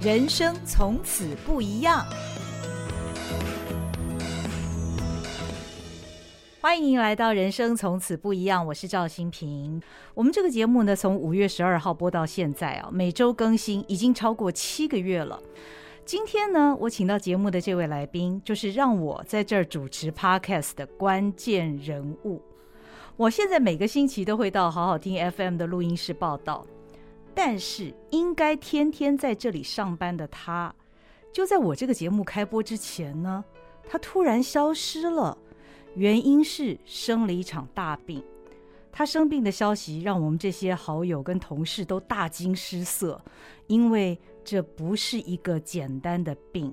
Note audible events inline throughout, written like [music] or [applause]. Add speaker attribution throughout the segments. Speaker 1: 人生从此不一样。欢迎来到《人生从此不一样》，我是赵新平。我们这个节目呢，从五月十二号播到现在啊，每周更新，已经超过七个月了。今天呢，我请到节目的这位来宾，就是让我在这儿主持 podcast 的关键人物。我现在每个星期都会到好好听 FM 的录音室报道，但是应该天天在这里上班的他，就在我这个节目开播之前呢，他突然消失了，原因是生了一场大病。他生病的消息让我们这些好友跟同事都大惊失色，因为这不是一个简单的病。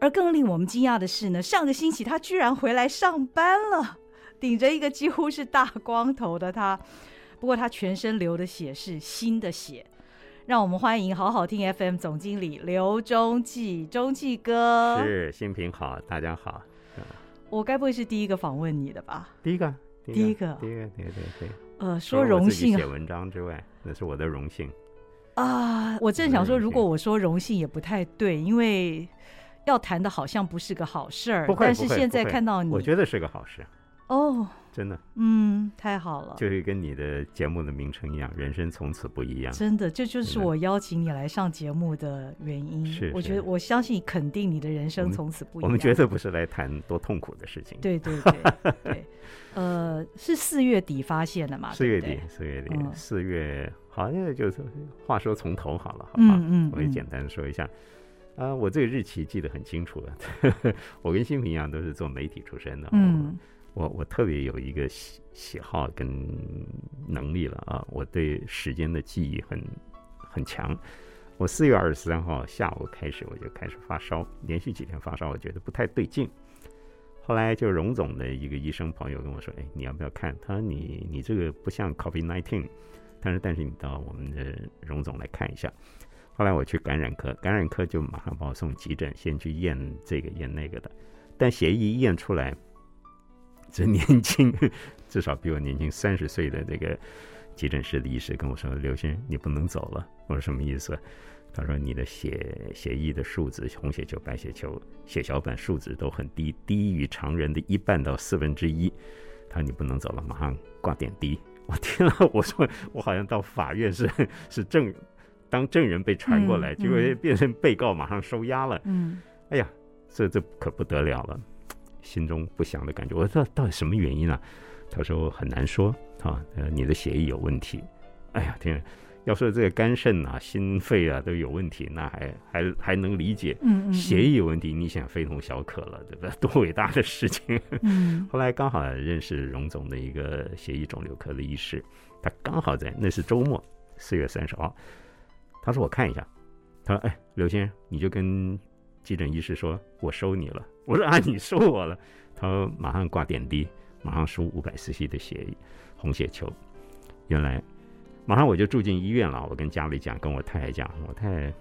Speaker 1: 而更令我们惊讶的是呢，上个星期他居然回来上班了，顶着一个几乎是大光头的他。不过他全身流的血是新的血，让我们欢迎好好听 FM 总经理刘中纪，中纪哥，
Speaker 2: 是新平好，大家好。
Speaker 1: 我该不会是第一个访问你的吧？
Speaker 2: 第一个，
Speaker 1: 第一
Speaker 2: 个
Speaker 1: 个，
Speaker 2: 第一个，对对对。
Speaker 1: 呃，
Speaker 2: 除了
Speaker 1: 说
Speaker 2: 嗯我
Speaker 1: 荣
Speaker 2: 自己
Speaker 1: 幸啊
Speaker 2: 写文章之外，那是我的荣幸。
Speaker 1: 啊，我正想说，
Speaker 2: 荣幸
Speaker 1: 如果我说荣幸也不太对，因为要谈的好像不是个好事儿
Speaker 2: 不。会，
Speaker 1: 但
Speaker 2: 不
Speaker 1: 是
Speaker 2: 会
Speaker 1: 现
Speaker 2: 不
Speaker 1: 在
Speaker 2: 会
Speaker 1: 看哦到你，
Speaker 2: 我觉得是个好事，
Speaker 1: 哦，
Speaker 2: 真的，
Speaker 1: 嗯，太好了，
Speaker 2: 就是跟你的节目的名称一样，人生从此不一样。
Speaker 1: 真的，这就是
Speaker 2: 真的
Speaker 1: 我邀请你来上节目的原因。
Speaker 2: 是
Speaker 1: 我
Speaker 2: 是
Speaker 1: 觉得我相信，肯定你的人
Speaker 2: 我
Speaker 1: 生
Speaker 2: 们
Speaker 1: 从此不一样。
Speaker 2: 我们绝对不是来谈多痛苦的事情。，
Speaker 1: 对对对对，呃，是四月底发现的嘛？
Speaker 2: 四月
Speaker 1: 啊对
Speaker 2: 底
Speaker 1: 不对，，
Speaker 2: 四月底
Speaker 1: 嗯，
Speaker 2: 四月，好，那就是话说从头好了，好吧？
Speaker 1: 嗯嗯，
Speaker 2: 我也
Speaker 1: 嗯
Speaker 2: 简单说一下。啊、我这个日期记得很清楚啊。 [laughs] 我跟新平一样，都是做媒体出身的。
Speaker 1: 嗯
Speaker 2: 我我特别有一个喜喜好跟能力了啊，我对时间的记忆很很强。我四月二十三号下午开始我就开始发烧，连续几天发烧，我觉得不太对劲。后来就荣总的一个医生朋友跟我说：“哎，你要不要看？”他说：“你你这个不像 COVID nineteen，但是但是你到我们的荣总来看一下。”后来我去感染科，感染科就马上把我送急诊，先去验这个验那个的。但血一验出来， [laughs] 这年轻， [laughs] 至少比我年轻三十岁的这个急诊室的医师跟我说：“刘先生，你不能走了。”我说：“什么意思？”他说：“你的血血液的数值，红血球、白血球、血小板数值都很低，低于常人的一半到四分之一。”他说：“你不能走了，马上挂点滴。”我听了， [laughs] 我说我好像到法院是是证当证人被传过来，
Speaker 1: 嗯
Speaker 2: 结果
Speaker 1: 嗯
Speaker 2: 变成被告，马上收押了。
Speaker 1: 嗯
Speaker 2: 哎呀，这这可不得了了，心中不祥的感觉。我说到底什么原因啊？他说很难说啊，呃，你的血液有问题。哎呀，天啊，要说这个肝肾啊、心肺啊都有问题，那还还还能理解。
Speaker 1: 嗯嗯，
Speaker 2: 血液有问题，你想非同小可了，对吧？多伟大的事情！ [laughs]
Speaker 1: 嗯
Speaker 2: 后来刚好认识荣总的一个血液肿瘤科的医师，他刚好在那是周末，四月三十号，他说我看一下，他说哎，刘先生你就跟急诊医师说我收你了，我说啊你收我了，他说马上挂点滴，马上输五百 cc 的血红血球，原来马上我就住进医院了，我跟家里讲，跟我太太讲，我太太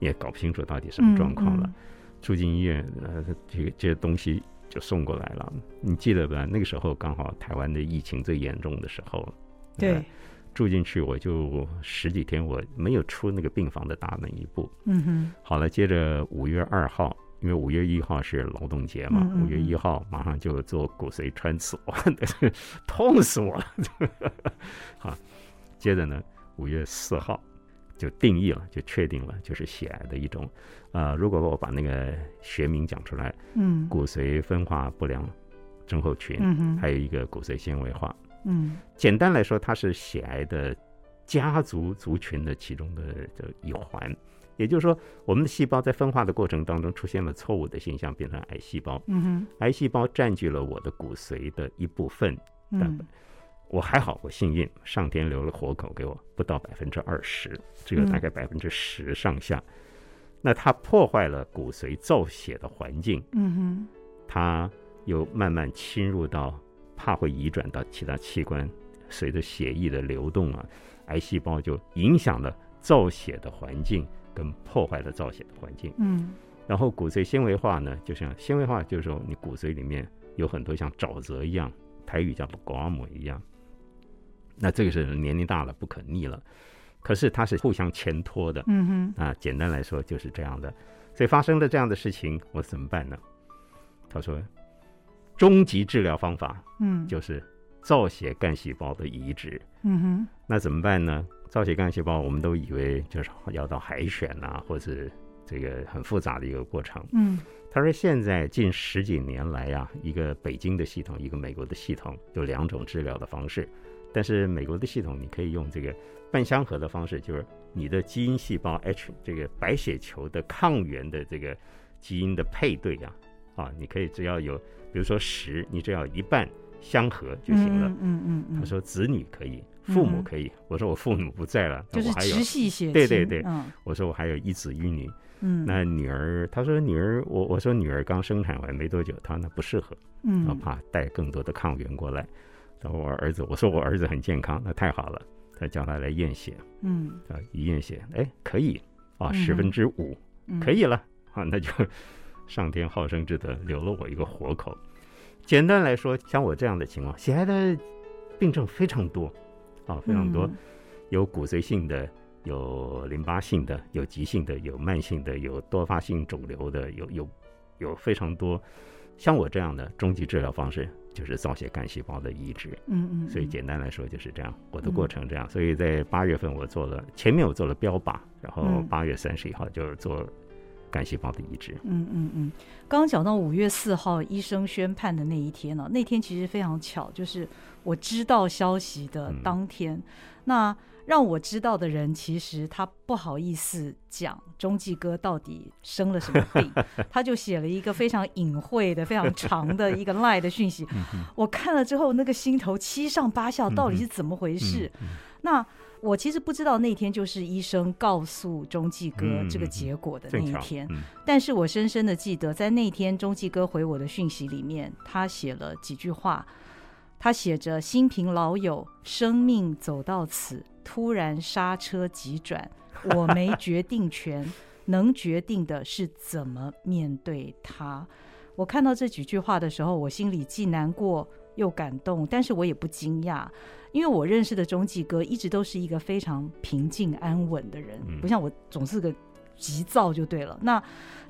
Speaker 2: 也搞不清楚到底什么状况了。，住进医院，呃，这个这些东西就送过来了。你记得吧？那个时候刚好台湾的疫情最严重的时候，
Speaker 1: 嗯对
Speaker 2: 呃，住进去我就十几天我没有出那个病房的大门一步。
Speaker 1: 嗯哼，
Speaker 2: 好了，接着五月二号。因为五月一号是劳动节嘛，
Speaker 1: 嗯嗯嗯
Speaker 2: 五月一号马上就做骨髓穿刺，哇，痛死我了！ [laughs] 好，接着呢，五月四号就定义了，就确定了，就是血癌的一种。啊，如果我把那个学名讲出来，
Speaker 1: 嗯
Speaker 2: 骨髓分化不良症候群，
Speaker 1: 嗯哼，
Speaker 2: 还有一个骨髓纤维化。
Speaker 1: 嗯
Speaker 2: 简单来说，它是血癌的家族族群的其中的的一环。也就是说，我们的细胞在分化的过程当中出现了错误的现象，变成癌细胞。
Speaker 1: 嗯哼，
Speaker 2: 癌细胞占据了我的骨髓的一部分。蛋
Speaker 1: 嗯
Speaker 2: 白我还好，我幸运，上天留了活口给我，不到百分之二十，只有大概百分之十上下。那它破坏了骨髓造血的环境，
Speaker 1: 嗯哼，
Speaker 2: 它又慢慢侵入到，怕会移转到其他器官。随着血液的流动啊，癌细胞就影响了造血的环境，跟破坏了造血的环境。
Speaker 1: 嗯
Speaker 2: 然后骨髓纤维化呢，就像纤维化，就是说你骨髓里面有很多像沼泽一样，台语叫 g 阿姆一样。那这个是年龄大了不可逆了，可是它是互相牵拖的
Speaker 1: 嗯哼，
Speaker 2: 啊。简单来说就是这样的。所以发生了这样的事情，我怎么办呢？他说，终极治疗方法
Speaker 1: 嗯，
Speaker 2: 就是造血干细胞的移植。
Speaker 1: 嗯哼，
Speaker 2: 那怎么办呢？造血干细胞我们都以为就是要到海选啊，或是这个很复杂的一个过程。
Speaker 1: 嗯
Speaker 2: 他说，现在近十几年来呀、一个北京的系统，一个美国的系统，有两种治疗的方式。但是美国的系统，你可以用这个半相合的方式，就是你的基因细胞 H 这个白血球的抗原的这个基因的配对啊，啊，你可以只要有，比如说十，你只要一半相合就行了。
Speaker 1: 嗯嗯嗯嗯，
Speaker 2: 他说子女可以，父母
Speaker 1: 嗯
Speaker 2: 可以。我说我父母不在了，
Speaker 1: 就
Speaker 2: 那
Speaker 1: 是
Speaker 2: 我还有
Speaker 1: 直，系血亲，
Speaker 2: 对对对
Speaker 1: 嗯
Speaker 2: 我说我还有一子一女。
Speaker 1: 嗯，
Speaker 2: 那女儿，他说女儿，我我说女儿刚生产完没多久，他说那不适合，他
Speaker 1: 嗯
Speaker 2: 怕带更多的抗原过来。然后我儿子，我说我儿子很健康，那太好了，他叫他来验血
Speaker 1: 嗯
Speaker 2: 啊，一验血，哎，可以啊，
Speaker 1: 嗯
Speaker 2: 十分之五
Speaker 1: 嗯，
Speaker 2: 可以了啊，那就上天好生之德，留了我一个活口。简单来说，像我这样的情况，血癌的病症非常多啊，非常多。
Speaker 1: 嗯
Speaker 2: 有骨髓性的，有淋巴性的，有急性的，有慢性的，有多发性肿瘤的，有有有非常多。像我这样的终极治疗方式就是造血干细胞的移植，
Speaker 1: 嗯嗯，
Speaker 2: 所以
Speaker 1: 嗯
Speaker 2: 简单来说就是这样，我的过程这样。所以在八月份我做了，前面我做了标靶，然后
Speaker 1: 嗯
Speaker 2: 八月三十一号就是做干细胞的移植。
Speaker 1: 嗯嗯嗯，刚刚讲到五月四号医生宣判的那一天呢、那天其实非常巧，就是我知道消息的
Speaker 2: 嗯
Speaker 1: 当天，那让我知道的人其实他不好意思讲中继哥到底生了什么
Speaker 2: [laughs]
Speaker 1: 病，他就写了一个非常隐晦的、非常长的一个 lie 的讯
Speaker 2: [laughs]
Speaker 1: 息。我看了之后，那个心头七上八下，到底是怎么回事？
Speaker 2: 嗯
Speaker 1: 那。我其实不知道那天就是医生告诉中继哥
Speaker 2: 嗯
Speaker 1: 这个
Speaker 2: 嗯嗯
Speaker 1: 结果的那
Speaker 2: 正
Speaker 1: 一
Speaker 2: 巧
Speaker 1: 天，，
Speaker 2: 嗯
Speaker 1: 但是我深深的记得，在那天中继哥回我的讯息里面，他写了几句话，他写着“新平老友，生命走到此，突然刹车急转，我没决定权，能决定的是怎么面对他。”我看到这几句话的时候，我心里既难过又感动，但是我也不惊讶，因为我认识的中继哥一直都是一个非常平静安稳的人，
Speaker 2: 嗯
Speaker 1: 不像我总是个急躁就对了。那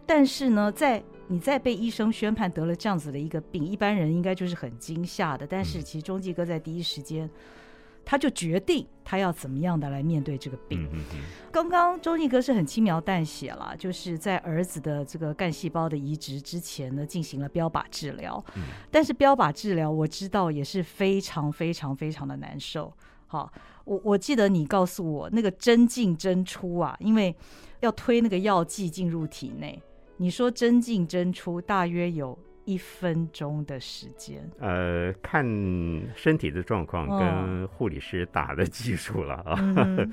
Speaker 1: 但是呢，在你在被医生宣判得了这样子的一个病，一般人应该就是很惊吓的，但是
Speaker 2: 嗯
Speaker 1: 其实中继哥在第一时间。他就决定他要怎么样的来面对这个病。
Speaker 2: 嗯嗯嗯
Speaker 1: 刚刚周立哥是很轻描淡写啦，就是在儿子的这个干细胞的移植之前呢，进行了标靶治疗。
Speaker 2: 嗯
Speaker 1: 但是标靶治疗我知道也是非常非常非常的难受。好，我我记得你告诉我那个针进针出啊，因为要推那个药剂进入体内，你说针进针出大约有一分钟的时间。
Speaker 2: [laughs] 呃，看身体的状况
Speaker 1: 嗯
Speaker 2: 跟护理师打的技术了啊。
Speaker 1: 嗯哼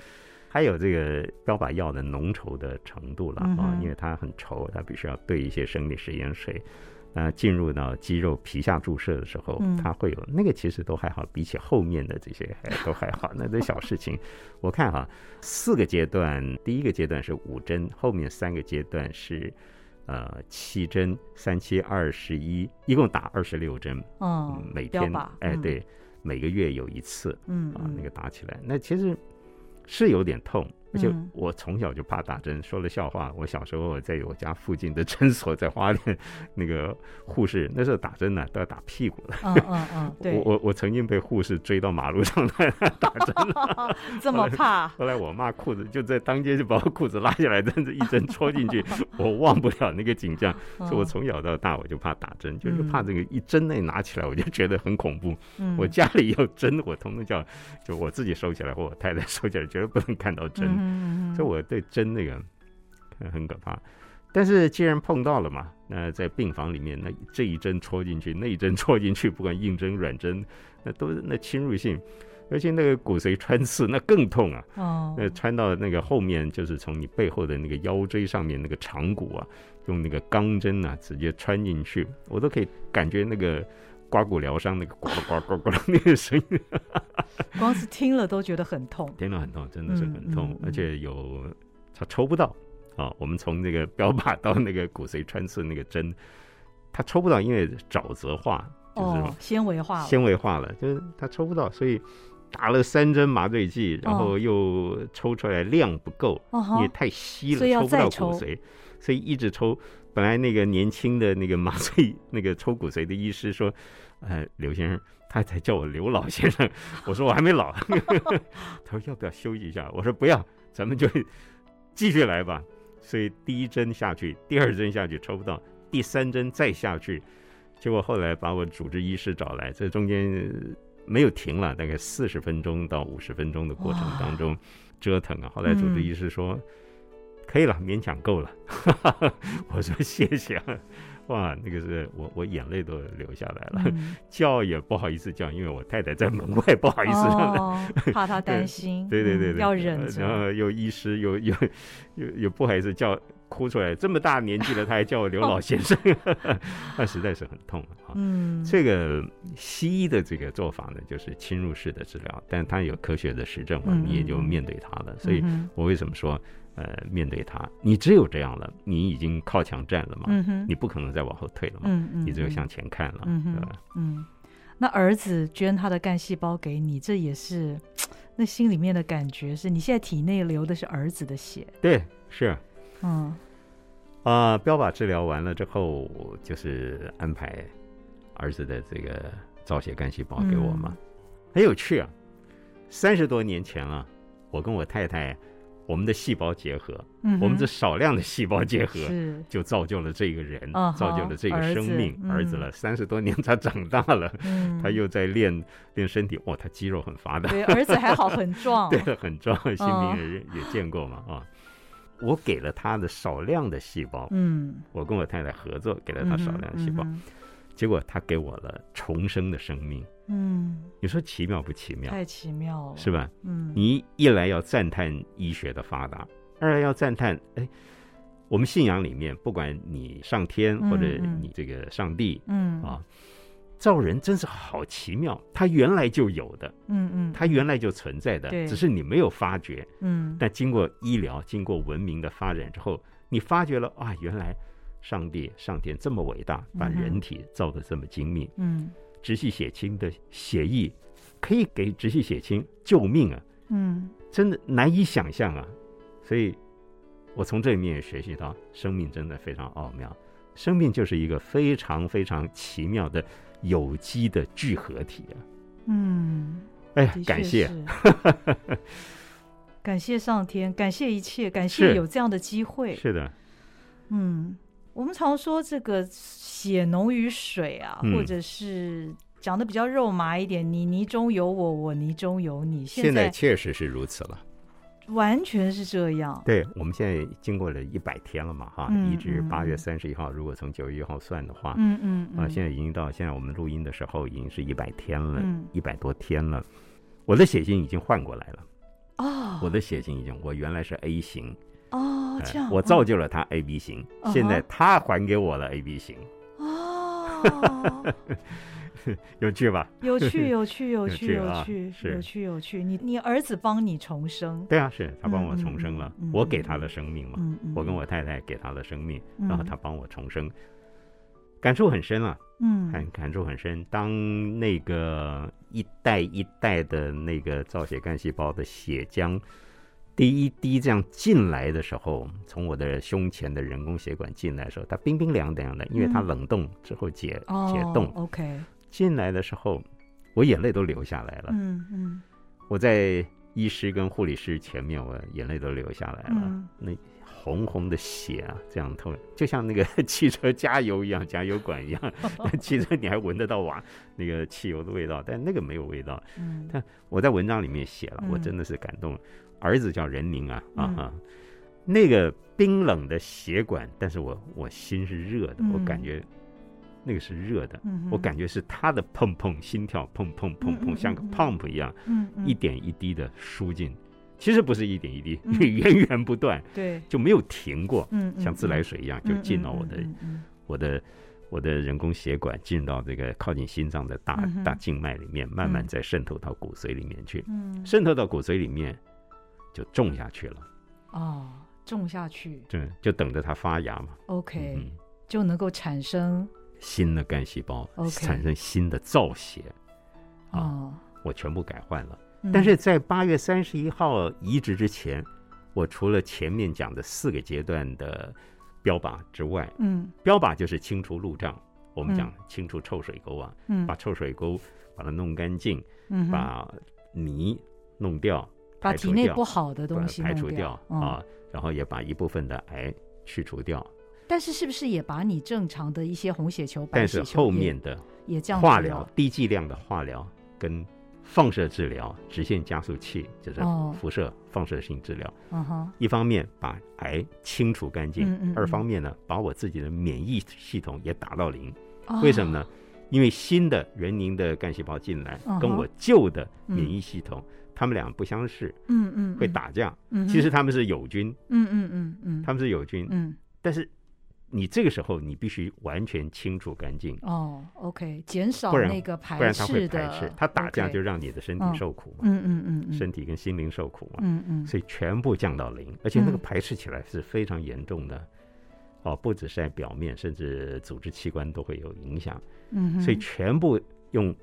Speaker 2: 还有这个标靶药的浓稠的程度了
Speaker 1: 嗯
Speaker 2: 啊、
Speaker 1: 哼
Speaker 2: 因为它很稠，它必须要兑一些生理食盐水。那进入到肌肉皮下注射的时候
Speaker 1: 嗯，
Speaker 2: 它会有那个其实都还好，比起后面的这些
Speaker 1: [laughs]
Speaker 2: 还都还好，那都小事情。我看哈、四个阶段，第一个阶段是五针，后面三个阶段是呃七针，三七二十一，一共打二十六针，
Speaker 1: 嗯
Speaker 2: 嗯，每
Speaker 1: 标
Speaker 2: 天
Speaker 1: 靶，
Speaker 2: 哎
Speaker 1: 嗯，
Speaker 2: 对，每个月有一次，
Speaker 1: 嗯，
Speaker 2: 啊
Speaker 1: 嗯，
Speaker 2: 那个打起来，那其实是有点痛，而且
Speaker 1: 嗯
Speaker 2: 我从小就怕打针。说了笑话，我小时候在我家附近的诊所，在花莲那个护士，那时候打针呢、都要打屁股的。
Speaker 1: 嗯嗯嗯，
Speaker 2: 我
Speaker 1: 对，
Speaker 2: 我我曾经被护士追到马路上 [laughs] 来打针，
Speaker 1: [laughs] 这么怕，
Speaker 2: 后来我妈裤子就在当街就把我裤子拉下来，真是一针戳
Speaker 1: [laughs]
Speaker 2: 进去，我忘不了那个景象。所以 [laughs] 我
Speaker 1: 嗯
Speaker 2: 从小到大我就怕打针，就是
Speaker 1: 嗯
Speaker 2: 怕这个一针那拿起来我就觉得很恐怖。
Speaker 1: 嗯
Speaker 2: 我家里有针，我统统叫，就我自己收起来或我太太收起来，绝对不能看到针。
Speaker 1: 嗯
Speaker 2: 所以我对针那个呃很可怕。但是既然碰到了嘛，那在病房里面，那这一针戳进去，那一针戳进去，不管硬针软针，那都是那侵入性，尤其那个骨髓穿刺，那更痛啊！
Speaker 1: 哦，
Speaker 2: 那穿到那个后面，就是从你背后的那个腰椎上面那个长骨啊，用那个钢针啊直接穿进去，我都可以感觉那个刮骨疗伤那个呱啦呱啦呱啦呱啦那个声音，
Speaker 1: 光是听了都觉得很痛。
Speaker 2: 听到很痛，真的是很
Speaker 1: 嗯
Speaker 2: 痛，
Speaker 1: 嗯嗯
Speaker 2: 而且有它抽不到啊。我们从那个标靶到那个骨髓穿刺那个针，它抽 [laughs] 不到，因为沼泽化就是
Speaker 1: 哦，纤维化了，
Speaker 2: 纤维化了，就是它抽不到，所以打了三针麻醉剂，然后又抽出来量不够，
Speaker 1: 哦
Speaker 2: 因
Speaker 1: 哈，
Speaker 2: 为太稀了，
Speaker 1: 所以要
Speaker 2: 抽不到
Speaker 1: 再抽
Speaker 2: 骨髓，所以一直抽。本来那个年轻的那个麻醉那个抽骨髓的医师说：“呃，刘先生，他才叫我刘老先生。”我说：“我还没老。” [laughs] 他说：“要不要休息一下？”我说：“不要，咱们就继续来吧。”所以第一针下去，第二针下去抽不到，第三针再下去，结果后来把我主治医师找来，这中间呃没有停了，大概四十分钟到五十分钟的过程当中折腾啊。后来
Speaker 1: 嗯
Speaker 2: 主治医师说。可以了，勉强够了。 [laughs] 我说谢谢啊，哇，那个是我我眼泪都流下来了，
Speaker 1: 嗯
Speaker 2: [laughs] 叫也不好意思叫，因为我太太在门外，不好意思让她。
Speaker 1: 哦，怕他担心，
Speaker 2: [laughs] 对对
Speaker 1: 嗯
Speaker 2: 对对，
Speaker 1: 要
Speaker 2: 呃
Speaker 1: 忍
Speaker 2: 然
Speaker 1: 着，
Speaker 2: 后又医师又又又又不好意思叫哭出来，这么大年纪了，他还叫我刘老先生， [laughs] 那实在是很痛啊。
Speaker 1: 哦嗯，
Speaker 2: 这个西医的这个做法呢，就是侵入式的治疗，但它有科学的实证嘛，
Speaker 1: 嗯
Speaker 2: 你也就
Speaker 1: 嗯嗯
Speaker 2: 面对它了。所以
Speaker 1: 嗯
Speaker 2: 我为什么说，呃，面对它，你只有这样了，你已经靠墙站了嘛，
Speaker 1: 哼嗯哼，
Speaker 2: 你不可能再往后退了嘛，
Speaker 1: 嗯嗯，
Speaker 2: 你只有
Speaker 1: 嗯
Speaker 2: 向前看了，
Speaker 1: 嗯哼
Speaker 2: 对吧？
Speaker 1: 嗯，那儿子捐他的干细胞给你，这也是那心里面的感觉是，你现在体内流的是儿子的血，
Speaker 2: 对，是啊、
Speaker 1: 嗯
Speaker 2: 标靶治疗完了之后，我就是安排儿子的这个造血干细胞给我嘛，
Speaker 1: 嗯
Speaker 2: 很有趣啊。三十多年前了，我跟我太太，我们的细胞结合，
Speaker 1: 嗯哼，
Speaker 2: 我们这少量的细胞结合，
Speaker 1: 是
Speaker 2: 就造就了这个人，
Speaker 1: 啊哈
Speaker 2: 造就了这个生命，
Speaker 1: 儿子嗯
Speaker 2: 儿子了，三十多年他长大了，
Speaker 1: 嗯，
Speaker 2: 他又在练练身体，哇，他肌肉很发达，
Speaker 1: 对儿子还好很壮，
Speaker 2: [laughs] 对，很壮，新兵也也见过嘛
Speaker 1: 哦
Speaker 2: 啊。我给了他的少量的细胞，
Speaker 1: 嗯，
Speaker 2: 我跟我太太合作给了
Speaker 1: 嗯
Speaker 2: 他
Speaker 1: 哼，
Speaker 2: 少量的细胞，
Speaker 1: 嗯
Speaker 2: 结果他给我了重生的生命，
Speaker 1: 哼，嗯，
Speaker 2: 你说奇妙不奇妙？
Speaker 1: 太奇妙了，
Speaker 2: 是吧？
Speaker 1: 嗯，
Speaker 2: 你一来要赞叹医学的发达，二来要赞叹哎。我们信仰里面，不管你上天
Speaker 1: 嗯
Speaker 2: 或者
Speaker 1: 嗯
Speaker 2: 你这个上帝，
Speaker 1: 嗯
Speaker 2: 啊，造人真是好奇妙，它原来就有的，
Speaker 1: 嗯嗯，
Speaker 2: 它原来就存在的
Speaker 1: 对，
Speaker 2: 只是你没有发觉。
Speaker 1: 嗯
Speaker 2: 但经过医疗、经过文明的发展之后，你发觉了啊，原来上帝、上天这么伟大，把
Speaker 1: 嗯哼
Speaker 2: 人体造得这么精密。
Speaker 1: 嗯
Speaker 2: 直系血亲的血液可以给直系血亲救命啊，
Speaker 1: 嗯
Speaker 2: 真的难以想象啊。所以，我从这里面也学习到，生命真的非常奥妙。生命就是一个非常非常奇妙的有机的聚合体啊！
Speaker 1: 嗯，
Speaker 2: 哎
Speaker 1: 的
Speaker 2: 呀，
Speaker 1: 确
Speaker 2: 感谢，
Speaker 1: 是。
Speaker 2: [laughs]
Speaker 1: 感谢上天，感谢一切，感谢
Speaker 2: 是
Speaker 1: 有这样的机会。
Speaker 2: 是的，
Speaker 1: 嗯，我们常说这个血浓于水啊，
Speaker 2: 嗯
Speaker 1: 或者是讲的比较肉麻一点，你泥中有我，我泥中有你。现
Speaker 3: 现在
Speaker 1: 在
Speaker 3: 确实是如此了。
Speaker 1: 完全是这样。
Speaker 2: 对我们现在经过了一百天了嘛，哈，
Speaker 1: 嗯
Speaker 2: 一直
Speaker 1: 嗯
Speaker 2: 八月三十一号，如果从九月一号算的话，
Speaker 1: 嗯嗯嗯，
Speaker 2: 啊，现在已经到现在我们录音的时候已经是一百天了，
Speaker 1: 嗯
Speaker 2: 一百多天了。我的血型已经换过来了，
Speaker 1: 哦
Speaker 2: 我的血型已经，我原来是 A 型，
Speaker 1: 哦
Speaker 2: 哎
Speaker 1: 这样，哦
Speaker 2: 我造就了他 AB 型，
Speaker 1: 嗯
Speaker 2: 现在他还给我了 AB 型，
Speaker 1: 哦，
Speaker 2: 有趣吧？
Speaker 1: 有
Speaker 2: [laughs]
Speaker 1: 趣有趣有趣
Speaker 2: 有趣
Speaker 1: 有
Speaker 2: 啊
Speaker 1: 趣
Speaker 2: 是
Speaker 1: 有趣有趣，你你儿子帮你重生，
Speaker 2: 对啊，是他帮我重生了，
Speaker 1: 嗯嗯嗯
Speaker 2: 我给他了生命嘛，
Speaker 1: 嗯嗯，
Speaker 2: 我跟我太太给他了生命，
Speaker 1: 嗯，
Speaker 2: 然后他帮我重生，感触很深啊，
Speaker 1: 嗯
Speaker 2: 感感触很深。当那个一代一代的那个造血干细胞的血浆。第一滴这样进来的时候，从我的胸前的人工血管进来的时候，它冰冰凉凉的，因为它
Speaker 1: 嗯
Speaker 2: 冷冻之后解、
Speaker 1: 哦
Speaker 2: 解冻，
Speaker 1: OK，
Speaker 2: 进来的时候，我眼泪都流下来了。
Speaker 1: 嗯嗯
Speaker 2: 我在医师跟护理师前面，我眼泪都流下来了。
Speaker 1: 嗯
Speaker 2: 那红红的血啊，这样透，就像那个 [laughs] 汽车加油一样，加油管一
Speaker 1: [laughs]
Speaker 2: 样。汽车你还闻得到瓦那个汽油的味道，但那个没有味道。
Speaker 1: 嗯，
Speaker 2: 但我在文章里面写了，
Speaker 1: 嗯
Speaker 2: 我真的是感动了。儿子叫任宁啊啊
Speaker 1: 嗯
Speaker 2: 哈，那个冰冷的血管，但是我我心是热的，我感
Speaker 1: 嗯
Speaker 2: 觉那个是热的。
Speaker 1: 嗯
Speaker 2: 我感觉是他的砰砰心跳砰砰砰
Speaker 1: 嗯嗯
Speaker 2: 砰，像个
Speaker 1: 嗯嗯
Speaker 2: pump 一样，
Speaker 1: 嗯嗯
Speaker 2: 一点一滴的输进。其实不是一点一滴，
Speaker 1: 嗯
Speaker 2: 因为 [laughs] 源源不断，
Speaker 1: 对，
Speaker 2: 就没有停过，
Speaker 1: 嗯嗯
Speaker 2: 像自
Speaker 1: 嗯
Speaker 2: 来水一样就进到我的
Speaker 1: 嗯嗯
Speaker 2: 我的我的人工血管，进到这个靠近心脏的大
Speaker 1: 嗯哼
Speaker 2: 大静脉里面，慢慢
Speaker 1: 嗯
Speaker 2: 再渗透到骨髓里面去，
Speaker 1: 嗯嗯
Speaker 2: 渗透到骨髓里面就种下去了，
Speaker 1: 哦，种下去
Speaker 2: 就就等着它发芽嘛。
Speaker 1: ，OK，、
Speaker 2: 嗯哼，
Speaker 1: 就能够产生
Speaker 2: 新的干细胞
Speaker 1: OK
Speaker 2: 产生新的造血啊，
Speaker 1: 哦，嗯
Speaker 2: 我全部改换了。但是在八月三十一号移植之前，我除了前面讲的四个阶段的标靶之外，
Speaker 1: 嗯
Speaker 2: 标靶就是清除路障，我们讲
Speaker 1: 嗯
Speaker 2: 清除臭水沟啊，
Speaker 1: 嗯
Speaker 2: 把臭水沟把它弄干净，
Speaker 1: 嗯哼，
Speaker 2: 把泥弄掉，
Speaker 1: 把
Speaker 2: 排除
Speaker 1: 体内
Speaker 2: 掉
Speaker 1: 不好的
Speaker 2: 把
Speaker 1: 东西
Speaker 2: 排
Speaker 1: 弄
Speaker 2: 除掉
Speaker 1: 嗯
Speaker 2: 啊，然后也把一部分的癌去除掉，
Speaker 1: 但是是不是也把你正常的一些红血球、白
Speaker 2: 但
Speaker 1: 血
Speaker 2: 是
Speaker 1: 球
Speaker 2: 后
Speaker 1: 也
Speaker 2: 面的
Speaker 1: 也降
Speaker 2: 化
Speaker 1: 低
Speaker 2: 疗
Speaker 1: 了，
Speaker 2: 低剂量的化疗跟放射治疗、直线加速器，就是
Speaker 1: 哦
Speaker 2: 辐射放射性治疗，
Speaker 1: 嗯哼，
Speaker 2: 一方面把癌清除干净，
Speaker 1: 嗯嗯嗯
Speaker 2: 二方面呢，把我自己的免疫系统也打到零。为什
Speaker 1: 哦
Speaker 2: 么呢？因为新的人宁的干细胞进来
Speaker 1: 嗯哼，
Speaker 2: 跟我旧的免疫系统，他们俩不相识，
Speaker 1: 嗯嗯，
Speaker 2: 会
Speaker 1: 嗯，
Speaker 2: 打架。
Speaker 1: 嗯
Speaker 2: 其
Speaker 1: 哼
Speaker 2: 实他们是友军，
Speaker 1: 嗯嗯嗯嗯，
Speaker 2: 他们是友军，
Speaker 1: 嗯
Speaker 2: 但是你这个时候你必须完全清除干净，
Speaker 1: 哦，OK，减少
Speaker 2: 不然
Speaker 1: 那个排
Speaker 2: 不然他
Speaker 1: 斥
Speaker 2: 会
Speaker 1: 的
Speaker 2: 排斥。他打架
Speaker 1: OK
Speaker 2: 就让你的身体
Speaker 1: 嗯
Speaker 2: 受苦嘛，
Speaker 1: 嗯嗯嗯嗯，
Speaker 2: 身体跟心灵受苦嘛。
Speaker 1: 嗯嗯
Speaker 2: 所以全部降到零，而且那个
Speaker 1: 嗯
Speaker 2: 排斥起来是非常严重的，哦，不只是在表面，甚至组织器官都会有影响，
Speaker 1: 嗯哼，
Speaker 2: 所以全部用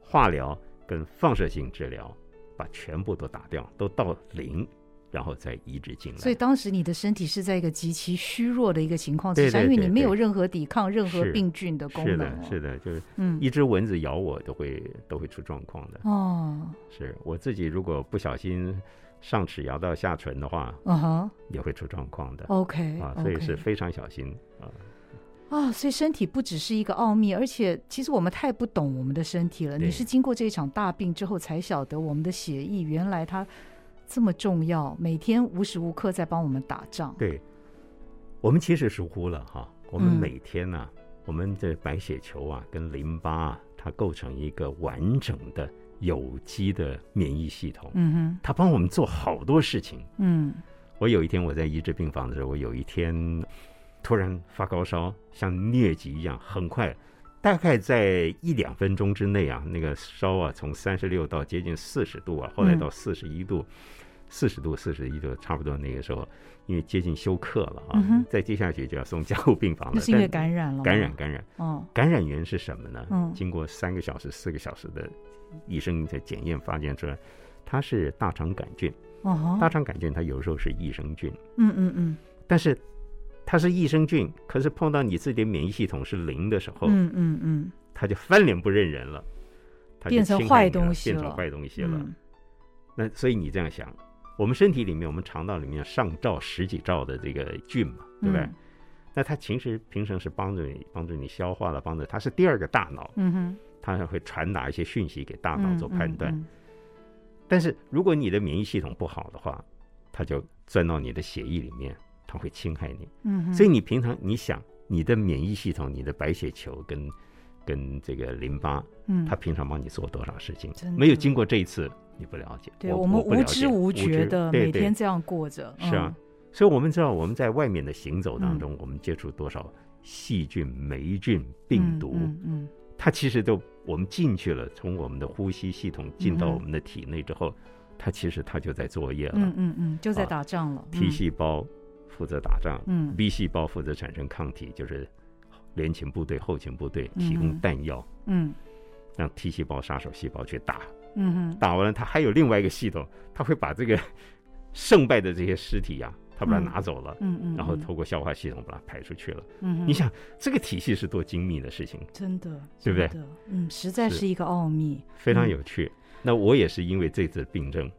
Speaker 2: 化疗跟放射性治疗把全部都打掉，都到零，然后再移植进来。
Speaker 1: 所以当时你的身体是在一个极其虚弱的一个情况
Speaker 2: 对
Speaker 1: 之下，
Speaker 2: 对
Speaker 1: 因为
Speaker 2: 对
Speaker 1: 你没有
Speaker 2: 对
Speaker 1: 任何抵抗任何
Speaker 2: 是
Speaker 1: 病菌的功
Speaker 2: 是
Speaker 1: 能、
Speaker 2: 的，是
Speaker 1: 的，
Speaker 2: 的，就是
Speaker 1: 嗯，
Speaker 2: 一只蚊子咬我都会都会出状况的。
Speaker 1: 哦，
Speaker 2: 是我自己如果不小心上齿咬到下唇的话，
Speaker 1: 嗯哼
Speaker 2: 也会出状况的
Speaker 1: ，OK，
Speaker 2: 啊，所以是
Speaker 1: 哦哎 OK
Speaker 2: 非常小心啊。
Speaker 1: 啊、所以身体不只是一个奥秘，而且其实我们太不懂我们的身体了。你
Speaker 2: 对
Speaker 1: 是经过这场大病之后才晓得，我们的血液原来它这么重要，每天无时无刻在帮我们打仗。
Speaker 2: 对，我们其实疏忽了哈。我
Speaker 1: 嗯
Speaker 2: 们每天呢、我们这白血球啊跟淋巴啊，它构成一个完整的有机的免疫系统，
Speaker 1: 嗯哼，
Speaker 2: 它帮我们做好多事情。
Speaker 1: 嗯
Speaker 2: 我有一天我在医治病房的时候，我有一天突然发高烧，像疟疾一样，很快。大概在一两分钟之内啊，那个烧啊，从三十六到接近四十度啊，后来
Speaker 1: 嗯
Speaker 2: 到四十一度，四十、度、四十一度，差不多那个时候，因为接近休克了啊，
Speaker 1: 嗯哼
Speaker 2: 再接下去就要送加护病房了。
Speaker 1: 那是因为
Speaker 2: 但
Speaker 1: 感染了吗
Speaker 2: 感染，。感染，
Speaker 1: 哦，
Speaker 2: 感染源是什么呢？
Speaker 1: 嗯
Speaker 2: 经过三个小时、四个小时的医生的检验，发现出来它是大肠杆菌。
Speaker 1: 哦吼，
Speaker 2: 大肠杆菌它有时候是益生菌，
Speaker 1: 嗯嗯嗯，
Speaker 2: 但是它是益生菌，可是碰到你自己的免疫系统是零的时候，
Speaker 1: 嗯嗯嗯，
Speaker 2: 它就翻脸不认人了，它就
Speaker 1: 变成
Speaker 2: 侵害
Speaker 1: 坏
Speaker 2: 你了
Speaker 1: 东西
Speaker 2: 变
Speaker 1: 了
Speaker 2: 成坏东西了。
Speaker 1: 嗯
Speaker 2: 那所以你这样想，我们身体里面，我们肠道里面上兆十几兆的这个菌嘛，对不对？
Speaker 1: 嗯
Speaker 2: 那它其实平常是帮助你帮助你消化了，帮助它是第二个大脑，
Speaker 1: 嗯哼，
Speaker 2: 它还会传达一些讯息给大
Speaker 1: 大
Speaker 2: 脑做判断。
Speaker 1: 嗯
Speaker 2: 但是如果你的免疫系统不好的话，它就钻到你的血液里面，它会侵害你。
Speaker 1: 嗯哼，
Speaker 2: 所以你平常你想，你的免疫系统、你的白血球跟跟这个淋巴，
Speaker 1: 嗯
Speaker 2: 它平常帮你做多少事情
Speaker 1: 真，的
Speaker 2: 没有经过这一次，你不了解。
Speaker 1: 对
Speaker 2: 我
Speaker 1: 们
Speaker 2: 不了
Speaker 1: 无知
Speaker 2: 解
Speaker 1: 无觉的每
Speaker 2: 对
Speaker 1: 天
Speaker 2: 对。
Speaker 1: 这样过着，嗯
Speaker 2: 是啊所以我们知道我们在外面的行走当中，我们接触多少细菌、霉菌、病
Speaker 1: 嗯
Speaker 2: 毒，
Speaker 1: 嗯嗯
Speaker 2: 它其实都我们进去了，从我们的呼吸系统进
Speaker 1: 嗯
Speaker 2: 到
Speaker 1: 哼
Speaker 2: 我们的体内之后，它其实它就在作业了。
Speaker 1: 嗯嗯嗯，就在
Speaker 2: 啊
Speaker 1: 打仗了，
Speaker 2: T
Speaker 1: 嗯
Speaker 2: 细胞负责打仗，
Speaker 1: 嗯
Speaker 2: B 细胞负责产生抗体，就是联勤部队、后勤部队
Speaker 1: 嗯
Speaker 2: 提供弹药，
Speaker 1: 嗯
Speaker 2: 让 T 细胞杀手细胞去打。
Speaker 1: 嗯哼，
Speaker 2: 打完了，它还有另外一个系统，它会把这个胜败的这些尸体呀、它把它
Speaker 1: 嗯
Speaker 2: 拿走了，
Speaker 1: 嗯嗯，
Speaker 2: 然后
Speaker 1: 嗯
Speaker 2: 透过消化系统把它排出去了。
Speaker 1: 嗯哼
Speaker 2: 你想，这个体系是多精密的事情，
Speaker 1: 真的，
Speaker 2: 对不对
Speaker 1: 真的？嗯，实在
Speaker 2: 是
Speaker 1: 是一个奥秘。
Speaker 2: 非常
Speaker 1: 嗯
Speaker 2: 有趣。那我也是因为这次病症，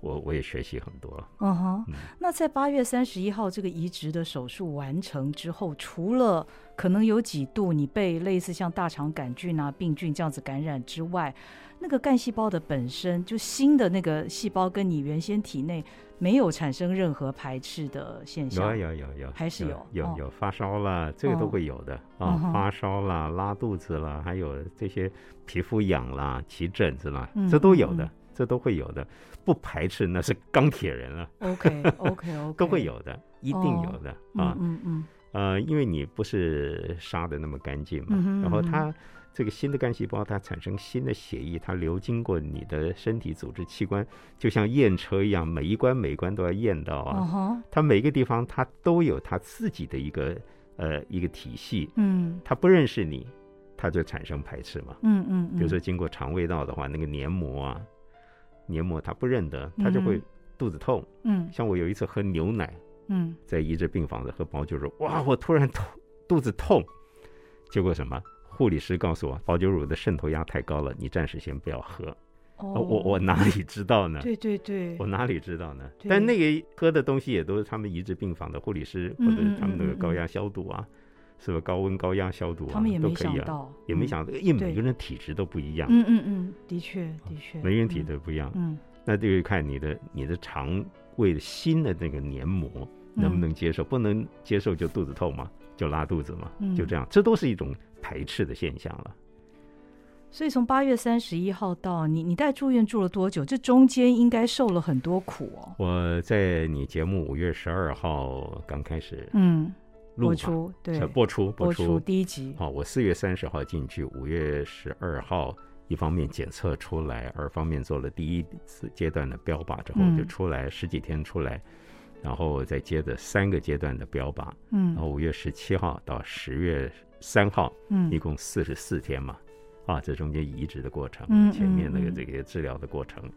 Speaker 2: 我我也学习很多。
Speaker 1: 嗯哼
Speaker 2: 嗯，
Speaker 1: 那在八月三十一号这个移植的手术完成之后，除了可能有几度你被类似像大肠杆菌啊、病菌这样子感染之外，那个干细胞的本身就新的那个细胞跟你原先体内没有产生任何排斥的现
Speaker 2: 有
Speaker 1: 象。
Speaker 2: 啊有啊有啊有啊，
Speaker 1: 还是
Speaker 2: 有
Speaker 1: 有哦哦
Speaker 2: 有有发烧啦，这个都会有的
Speaker 1: 嗯哼
Speaker 2: 啊，发烧啦、拉肚子啦，还有这些皮肤痒啦、起疹子啦
Speaker 1: 嗯，
Speaker 2: 这都有
Speaker 1: 嗯
Speaker 2: 的，这都会有的。不排斥那是钢铁人啊，
Speaker 1: OK
Speaker 2: [laughs]
Speaker 1: OK OK，
Speaker 2: 都会。有的，一定有的啊
Speaker 1: 嗯。嗯嗯
Speaker 2: 呃，因为你不是杀的那么干净
Speaker 1: 嗯哼
Speaker 2: 嘛，然后
Speaker 1: 嗯哼
Speaker 2: 它这个新的干细胞它产生新的血液，它流经过你的身体组织器官，就像验车一样，每一关每一关都要验到啊。
Speaker 1: 嗯哼，
Speaker 2: 它每个地方它都有它自己的一个呃一个体系，
Speaker 1: 嗯
Speaker 2: 它不认识你，它就产生排斥嘛。
Speaker 1: 嗯嗯，
Speaker 2: 比如说经过肠胃道的话，那个黏膜啊，黏膜它不认得，它就
Speaker 1: 嗯
Speaker 2: 会
Speaker 1: 哼
Speaker 2: 肚子痛。
Speaker 1: 嗯
Speaker 2: 像我有一次喝牛奶，
Speaker 1: 嗯
Speaker 2: 在一治病房的喝包酒乳，哇，我突然痛肚子痛，结果什么？护理师告诉我，保酒乳的渗透压太高了，你暂时先不要喝。
Speaker 1: 哦
Speaker 2: 呃我我哪里知道呢？
Speaker 1: 对对对
Speaker 2: 我，哪里知道呢？
Speaker 1: 对
Speaker 2: 但那个喝的东西也都是他们移植病房的护理师或
Speaker 1: 嗯
Speaker 2: 者是他
Speaker 1: 嗯
Speaker 2: 们
Speaker 1: 嗯
Speaker 2: 的
Speaker 1: 嗯
Speaker 2: 高压消毒啊，是吧？高温高压消毒啊，
Speaker 1: 他们也
Speaker 2: 都
Speaker 1: 没
Speaker 2: 可
Speaker 1: 想
Speaker 2: 以啊，
Speaker 1: 到，
Speaker 2: 也没
Speaker 1: 嗯，
Speaker 2: 想到，因为
Speaker 1: 对
Speaker 2: 每个人体质都不一样，
Speaker 1: 嗯嗯嗯，的确的确，
Speaker 2: 每个人体
Speaker 1: 嗯
Speaker 2: 质不一样，
Speaker 1: 嗯
Speaker 2: 那就看你的你的肠胃的新的那个黏膜
Speaker 1: 嗯
Speaker 2: 能不能接受，不能接受就肚子痛嘛，就拉肚子嘛，
Speaker 1: 嗯
Speaker 2: 就这样，这都是一种排斥的现象了。
Speaker 1: 所以从八月三十一号到你，你在住院住了多久？这中间应该受了很多苦哦。
Speaker 2: 我在你节目五月十二号刚开始
Speaker 1: 嗯，
Speaker 2: 录
Speaker 1: 播
Speaker 2: 吧
Speaker 1: 出对
Speaker 2: 呃，播出
Speaker 1: 播
Speaker 2: 播
Speaker 1: 出
Speaker 2: 出哦
Speaker 1: 第一集，
Speaker 2: 好，我四月三十号进去，五月十二号，一方面检测出来，二方面做了第一次阶段的标靶之后
Speaker 1: 嗯
Speaker 2: 就出来，十几天出来，然后再接着三个阶段的标靶，然
Speaker 1: 嗯
Speaker 2: 后五月十七号到十月三号，一
Speaker 1: 嗯
Speaker 2: 共四十四天嘛，啊，这中间移植的过程
Speaker 1: 嗯，
Speaker 2: 前面那个
Speaker 1: 嗯嗯
Speaker 2: 这个治疗的过程，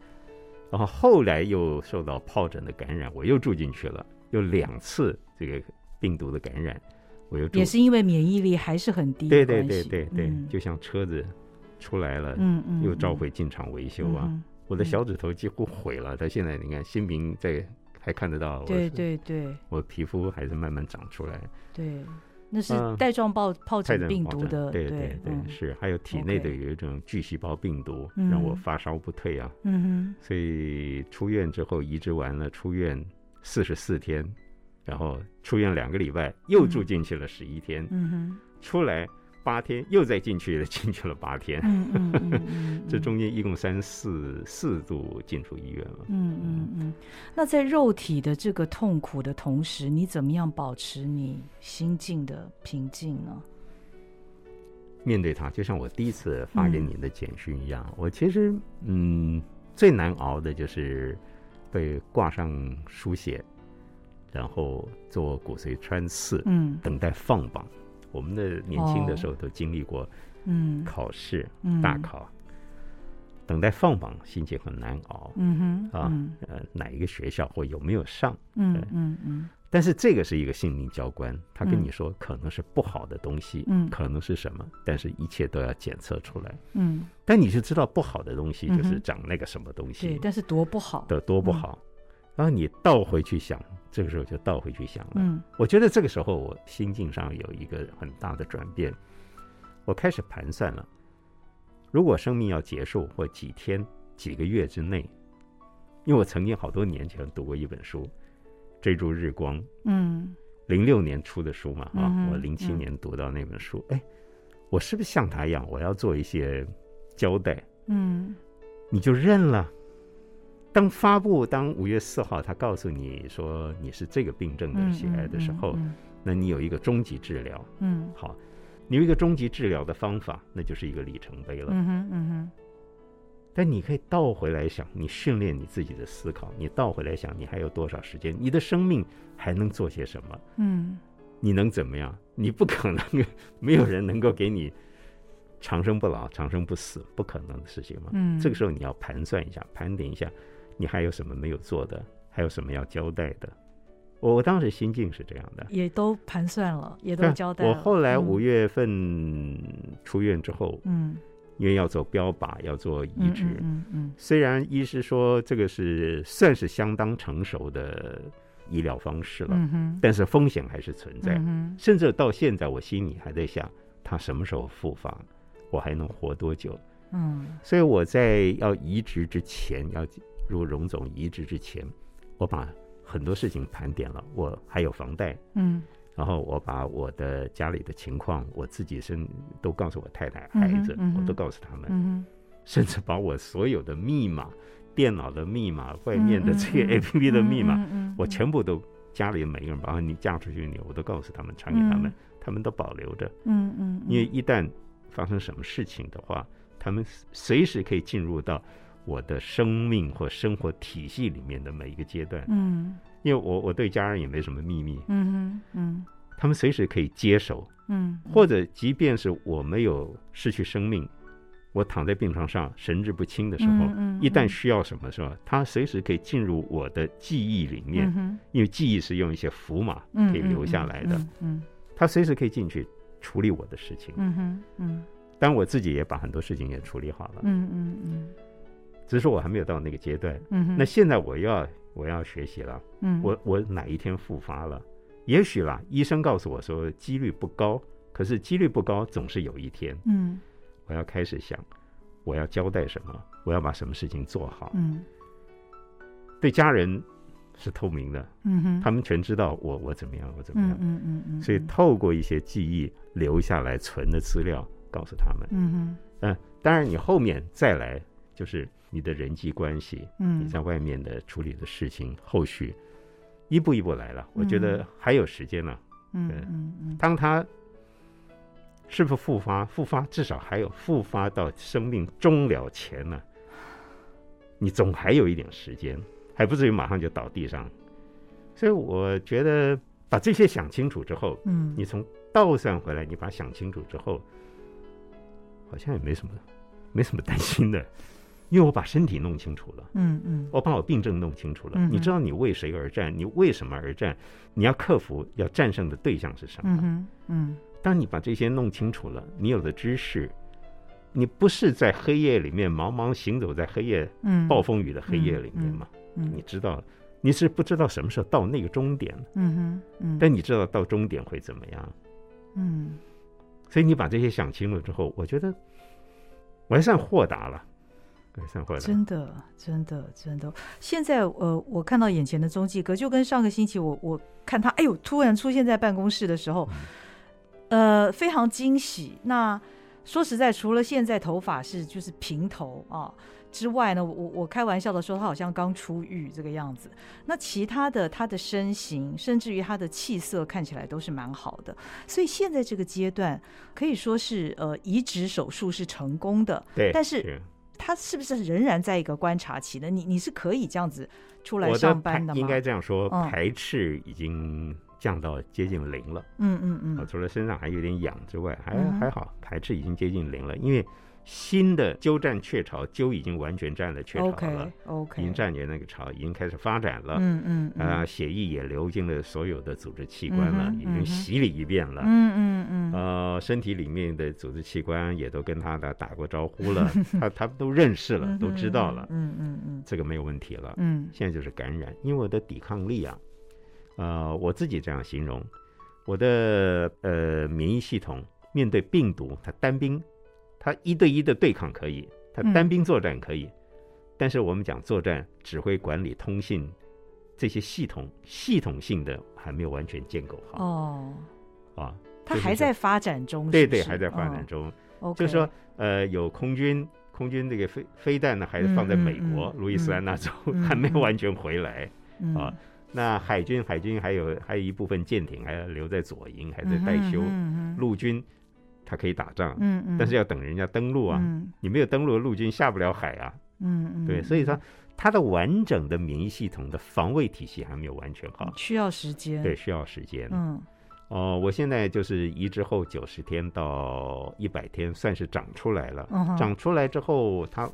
Speaker 2: 然后后来又受到疱疹的感染，我又住进去了，又两次这个病毒的感染，我又住
Speaker 1: 也是因为免疫力还是很低
Speaker 2: 对
Speaker 1: 的
Speaker 2: 对
Speaker 1: 关
Speaker 2: 对
Speaker 1: 系，
Speaker 2: 对对，
Speaker 1: 嗯
Speaker 2: 就像车子出来了，
Speaker 1: 嗯嗯，
Speaker 2: 又召回进厂维修啊，
Speaker 1: 嗯，嗯
Speaker 2: 我的小指头几乎毁了。它现在你看新兵在还看得到我，
Speaker 1: 对对对
Speaker 2: 我皮肤还是慢慢长出来，
Speaker 1: 对，那是
Speaker 2: 嗯
Speaker 1: 带状疱疱
Speaker 2: 太
Speaker 1: 疹病
Speaker 2: 冒
Speaker 1: 毒
Speaker 2: 犯
Speaker 1: 的，
Speaker 2: 对对对、
Speaker 1: 嗯
Speaker 2: 是，还有体内的
Speaker 1: OK
Speaker 2: 有一种巨细胞病毒，让我
Speaker 1: 嗯
Speaker 2: 发烧不退啊，
Speaker 1: 嗯
Speaker 2: 所以出院之后移植完了，出院四十四天，然后出院两个礼拜，又住
Speaker 1: 嗯
Speaker 2: 进去了十一天，
Speaker 1: 哼嗯哼
Speaker 2: 出来八天，又再进去了，进去了八天。
Speaker 1: 嗯嗯嗯嗯嗯，
Speaker 2: [laughs] 这中间一共三四四度进出医院了。
Speaker 1: 嗯嗯嗯，那在肉体的这个痛苦的同时，你怎么样保持你心境的平静呢？
Speaker 2: 面对它，就像我第一次发
Speaker 1: 嗯
Speaker 2: 给你的简讯一样，我其实嗯最难熬的就是被挂上输血，然后做骨髓穿刺，
Speaker 1: 嗯
Speaker 2: 等待放榜。我们的年轻的时候都经历过
Speaker 1: 嗯
Speaker 2: 考试、
Speaker 1: 哦嗯，
Speaker 2: 大考，等待放榜，心情很难熬。
Speaker 1: 嗯哼
Speaker 2: 啊
Speaker 1: 嗯
Speaker 2: 呃，哪一个学校或有没有上？
Speaker 1: 嗯嗯嗯
Speaker 2: 但是这个是一个性命交关，他跟
Speaker 1: 嗯
Speaker 2: 你说可能是不好的东西，
Speaker 1: 嗯
Speaker 2: 可能是什么，但是一切都要检测出来。
Speaker 1: 嗯，
Speaker 2: 但你就知道不好的东西就
Speaker 1: 嗯
Speaker 2: 是
Speaker 1: 哼
Speaker 2: 长那个什么东
Speaker 1: 对
Speaker 2: 西，
Speaker 1: 但是嗯多不好，
Speaker 2: 的多不好，然后你倒回去想，这个时候就倒回去想了。
Speaker 1: 嗯
Speaker 2: 我觉得这个时候我心境上有一个很大的转变，我开始盘算了，如果生命要结束或几天、几个月之内，因为我曾经好多年前读过一本书，《追逐日光》，
Speaker 1: 嗯
Speaker 2: 零六年出的书嘛，啊，
Speaker 1: 嗯哼
Speaker 2: 我零七
Speaker 1: 嗯
Speaker 2: 年读到那本书，哎，我是不是像他一样，我要做一些交代？
Speaker 1: 嗯
Speaker 2: 你就认了。当发布当五月四号，他告诉你说你是这个病症的
Speaker 1: 嗯
Speaker 2: 血癌的时候，
Speaker 1: 嗯
Speaker 2: 那你有一个终极治疗，
Speaker 1: 嗯
Speaker 2: 好，你有一个终极治疗的方法，那就是一个里程碑了。
Speaker 1: 嗯哼嗯哼
Speaker 2: 但你可以倒回来想，你训练你自己的思考，你倒回来想，你还有多少时间？你的生命还能做些什么？
Speaker 1: 嗯
Speaker 2: 你能怎么样？你不可能，没有人能够给你长生不老、长生不死，不可能的事情嘛。
Speaker 1: 嗯，
Speaker 2: 这个时候你要盘算一下，盘点一下，你还有什么没有做的，还有什么要交代的。我我当时心境是这样的，
Speaker 1: 也都盘算了，也都
Speaker 2: 对
Speaker 1: 交代
Speaker 2: 我
Speaker 1: 了。
Speaker 2: 后来
Speaker 1: 嗯
Speaker 2: 五月份出院之后，
Speaker 1: 嗯
Speaker 2: 因为要做标靶，要做移
Speaker 1: 嗯
Speaker 2: 植，
Speaker 1: 嗯嗯嗯
Speaker 2: 虽然医师说这个是算是相当成熟的医疗方式了，
Speaker 1: 嗯哼
Speaker 2: 但是风险还是存在。
Speaker 1: 嗯哼
Speaker 2: 甚至到现在，我心里还在想，他什么时候复发，我还能活多久？
Speaker 1: 嗯
Speaker 2: 所以我在要移植之前，要如果荣总移植之前，我把很多事情盘点了，我还有房贷，
Speaker 1: 嗯
Speaker 2: 然后我把我的家里的情况，我自己身都告诉我太太、
Speaker 1: 嗯
Speaker 2: 孩
Speaker 1: 哼
Speaker 2: 子，
Speaker 1: 嗯哼
Speaker 2: 我都告诉他们，
Speaker 1: 嗯
Speaker 2: 甚至把我所有的密码、电脑的密码、外面的这
Speaker 1: 嗯
Speaker 2: 个
Speaker 1: 嗯
Speaker 2: A P P 的密码，
Speaker 1: 嗯嗯嗯
Speaker 2: 我
Speaker 1: 嗯
Speaker 2: 全部都家里每个人，包括你嫁出去你，我都告诉他们，传给他们，他们都保留着。
Speaker 1: 嗯嗯，
Speaker 2: 因为一旦发生什么事情的话，他们随时可以进入到我的生命或生活体系里面的每一个阶段。
Speaker 1: 嗯
Speaker 2: 因为我我对家人也没什么秘密，
Speaker 1: 嗯哼嗯
Speaker 2: 他们随时可以接手，
Speaker 1: 嗯，
Speaker 2: 或者即便是我没有失去生命，我躺在病床上神志不清的时候，
Speaker 1: 嗯嗯
Speaker 2: 一旦
Speaker 1: 嗯
Speaker 2: 需要什么时候，它随时可以进入我的记忆里面，
Speaker 1: 嗯哼
Speaker 2: 因为记忆是用一些符码
Speaker 1: 嗯
Speaker 2: 可以留下来的，，
Speaker 1: 嗯
Speaker 2: 它随时可以进去处理我的事情。
Speaker 1: 嗯嗯嗯
Speaker 2: 当然我自己也把很多事情也处理好了，
Speaker 1: 嗯嗯嗯
Speaker 2: 只是我还没有到那个阶段。
Speaker 1: 嗯哼，
Speaker 2: 那现在我要我要学习了，
Speaker 1: 嗯
Speaker 2: 我我哪一天复发了？也许啦，医生告诉我说几率不高，可是几率不高总是有一天。
Speaker 1: 嗯
Speaker 2: 我要开始想，我要交代什么，我要把什么事情做好。
Speaker 1: 嗯
Speaker 2: 对家人是透明的，
Speaker 1: 嗯哼，
Speaker 2: 他们全知道我我怎么样，我怎么
Speaker 1: 嗯
Speaker 2: 样。
Speaker 1: 嗯嗯嗯，
Speaker 2: 所以透过一些记忆留下来存的资料，告诉他们。
Speaker 1: 嗯哼
Speaker 2: 嗯、当然你后面再来就是你的人际关系，你
Speaker 1: 嗯
Speaker 2: 在外面的处理的事情，后续一步一步来了。我觉得还有时间呢、
Speaker 1: 嗯嗯嗯
Speaker 2: 当他是不是复发？复发至少还有复发到生命终了前呢、你总还有一点时间，还不至于马上就倒地上。所以我觉得把这些想清楚之后，
Speaker 1: 嗯，
Speaker 2: 你从倒算回来，你把它想清楚之后，好像也没什么，没什么担心的，因为我把身体弄清楚了。
Speaker 1: 嗯嗯
Speaker 2: 我把我病症弄清楚了，
Speaker 1: 嗯哼
Speaker 2: 你知道你为谁而战，你为什么而战，你要克服要战胜的对象是什么。
Speaker 1: 嗯哼嗯
Speaker 2: 当你把这些弄清楚了，你有了知识，你不是在黑夜里面茫茫行走在黑夜
Speaker 1: 嗯
Speaker 2: 暴风雨的黑夜里面嘛？你
Speaker 1: 嗯
Speaker 2: 知道，你是不知道什么时候到那个终点，
Speaker 1: 嗯哼嗯，
Speaker 2: 但你知道到终点会怎么样。
Speaker 1: 嗯
Speaker 2: 所以你把这些想清楚之后，我觉得我还算豁达了，我还算豁达。
Speaker 1: 真的，真的，真的。现在，呃，我看到眼前的中继哥，就跟上个星期我我看他，哎呦，突然出现在办公室的时候，呃，非常惊喜。那说实在，除了现在头发是就是平头啊之外呢，我我开玩笑的说他好像刚出狱这个样子。那其他的他的身形，甚至于他的气色，看起来都是蛮好的。所以现在这个阶段，可以说是呃移植手术是成功的，
Speaker 2: 对，
Speaker 1: 但是他是不是仍然在一个观察期呢？你你是可以这样子出来
Speaker 2: 我
Speaker 1: 上班的吗？
Speaker 2: 排应该这样说，
Speaker 1: 嗯
Speaker 2: 排斥已经降到接近零了。
Speaker 1: 嗯嗯嗯
Speaker 2: 啊，除了身上还有点痒之外，还
Speaker 1: 嗯哼
Speaker 2: 还好，排斥已经接近零了，因为新的鸠占鹊巢，鸠已经完全占了鹊
Speaker 1: o
Speaker 2: 巢
Speaker 1: k，
Speaker 2: 了已经
Speaker 1: OK，
Speaker 2: 占领那个巢，已经开始发展了。
Speaker 1: 嗯嗯嗯
Speaker 2: 啊，血液也流进了所有的组织器官了，
Speaker 1: 嗯哼
Speaker 2: 已
Speaker 1: 嗯哼
Speaker 2: 经洗礼一遍了。
Speaker 1: 嗯嗯嗯
Speaker 2: 呃，身体里面的组织器官也都跟他的打过招
Speaker 1: [laughs]
Speaker 2: 呼了，他他们都认识了，
Speaker 1: 嗯，
Speaker 2: 都知道了，
Speaker 1: 嗯嗯嗯
Speaker 2: 这个没有问题了。
Speaker 1: 嗯
Speaker 2: 现在就是感染，因为我的抵抗力啊，呃，我自己这样形容，我的呃免疫系统面对病毒，它单兵，它一对一的对抗可以，它
Speaker 1: 嗯
Speaker 2: 单兵作战可以，但是我们讲作战、指挥、管理、通信这些系统系统性的还没有完全建构
Speaker 1: 嗯，
Speaker 2: 好、
Speaker 1: 哦，
Speaker 2: 啊，
Speaker 1: 他
Speaker 2: 就是
Speaker 1: 还
Speaker 2: 说
Speaker 1: 在发展中，
Speaker 2: 对对还在发展
Speaker 1: 中
Speaker 2: 中，
Speaker 1: 哦，OK，
Speaker 2: 就是说呃有空军。空军这个飞飞弹呢，还是放在
Speaker 1: 嗯嗯
Speaker 2: 美国
Speaker 1: 嗯
Speaker 2: 路易斯安那州，
Speaker 1: 嗯
Speaker 2: [laughs] 还没有
Speaker 1: 嗯
Speaker 2: 完全回来。啊
Speaker 1: 嗯，
Speaker 2: 那海军海军还有还有一部分舰艇还要留在左营，还在待修。
Speaker 1: 嗯
Speaker 2: 陆军它可以打仗，
Speaker 1: 嗯嗯，
Speaker 2: 但是要等人家登陆啊，
Speaker 1: 嗯
Speaker 2: 你没有登陆，陆军下不了海啊。
Speaker 1: 嗯嗯，
Speaker 2: 对，所以说它的完整的免疫系统的防卫体系还没有完全好，
Speaker 1: 需要时间，
Speaker 2: 啊对，，需要时间。
Speaker 1: 嗯
Speaker 2: 哦，我现在就是移植后九十天到一百天，算是长出来了。
Speaker 1: 嗯哼
Speaker 2: 长出来之后，它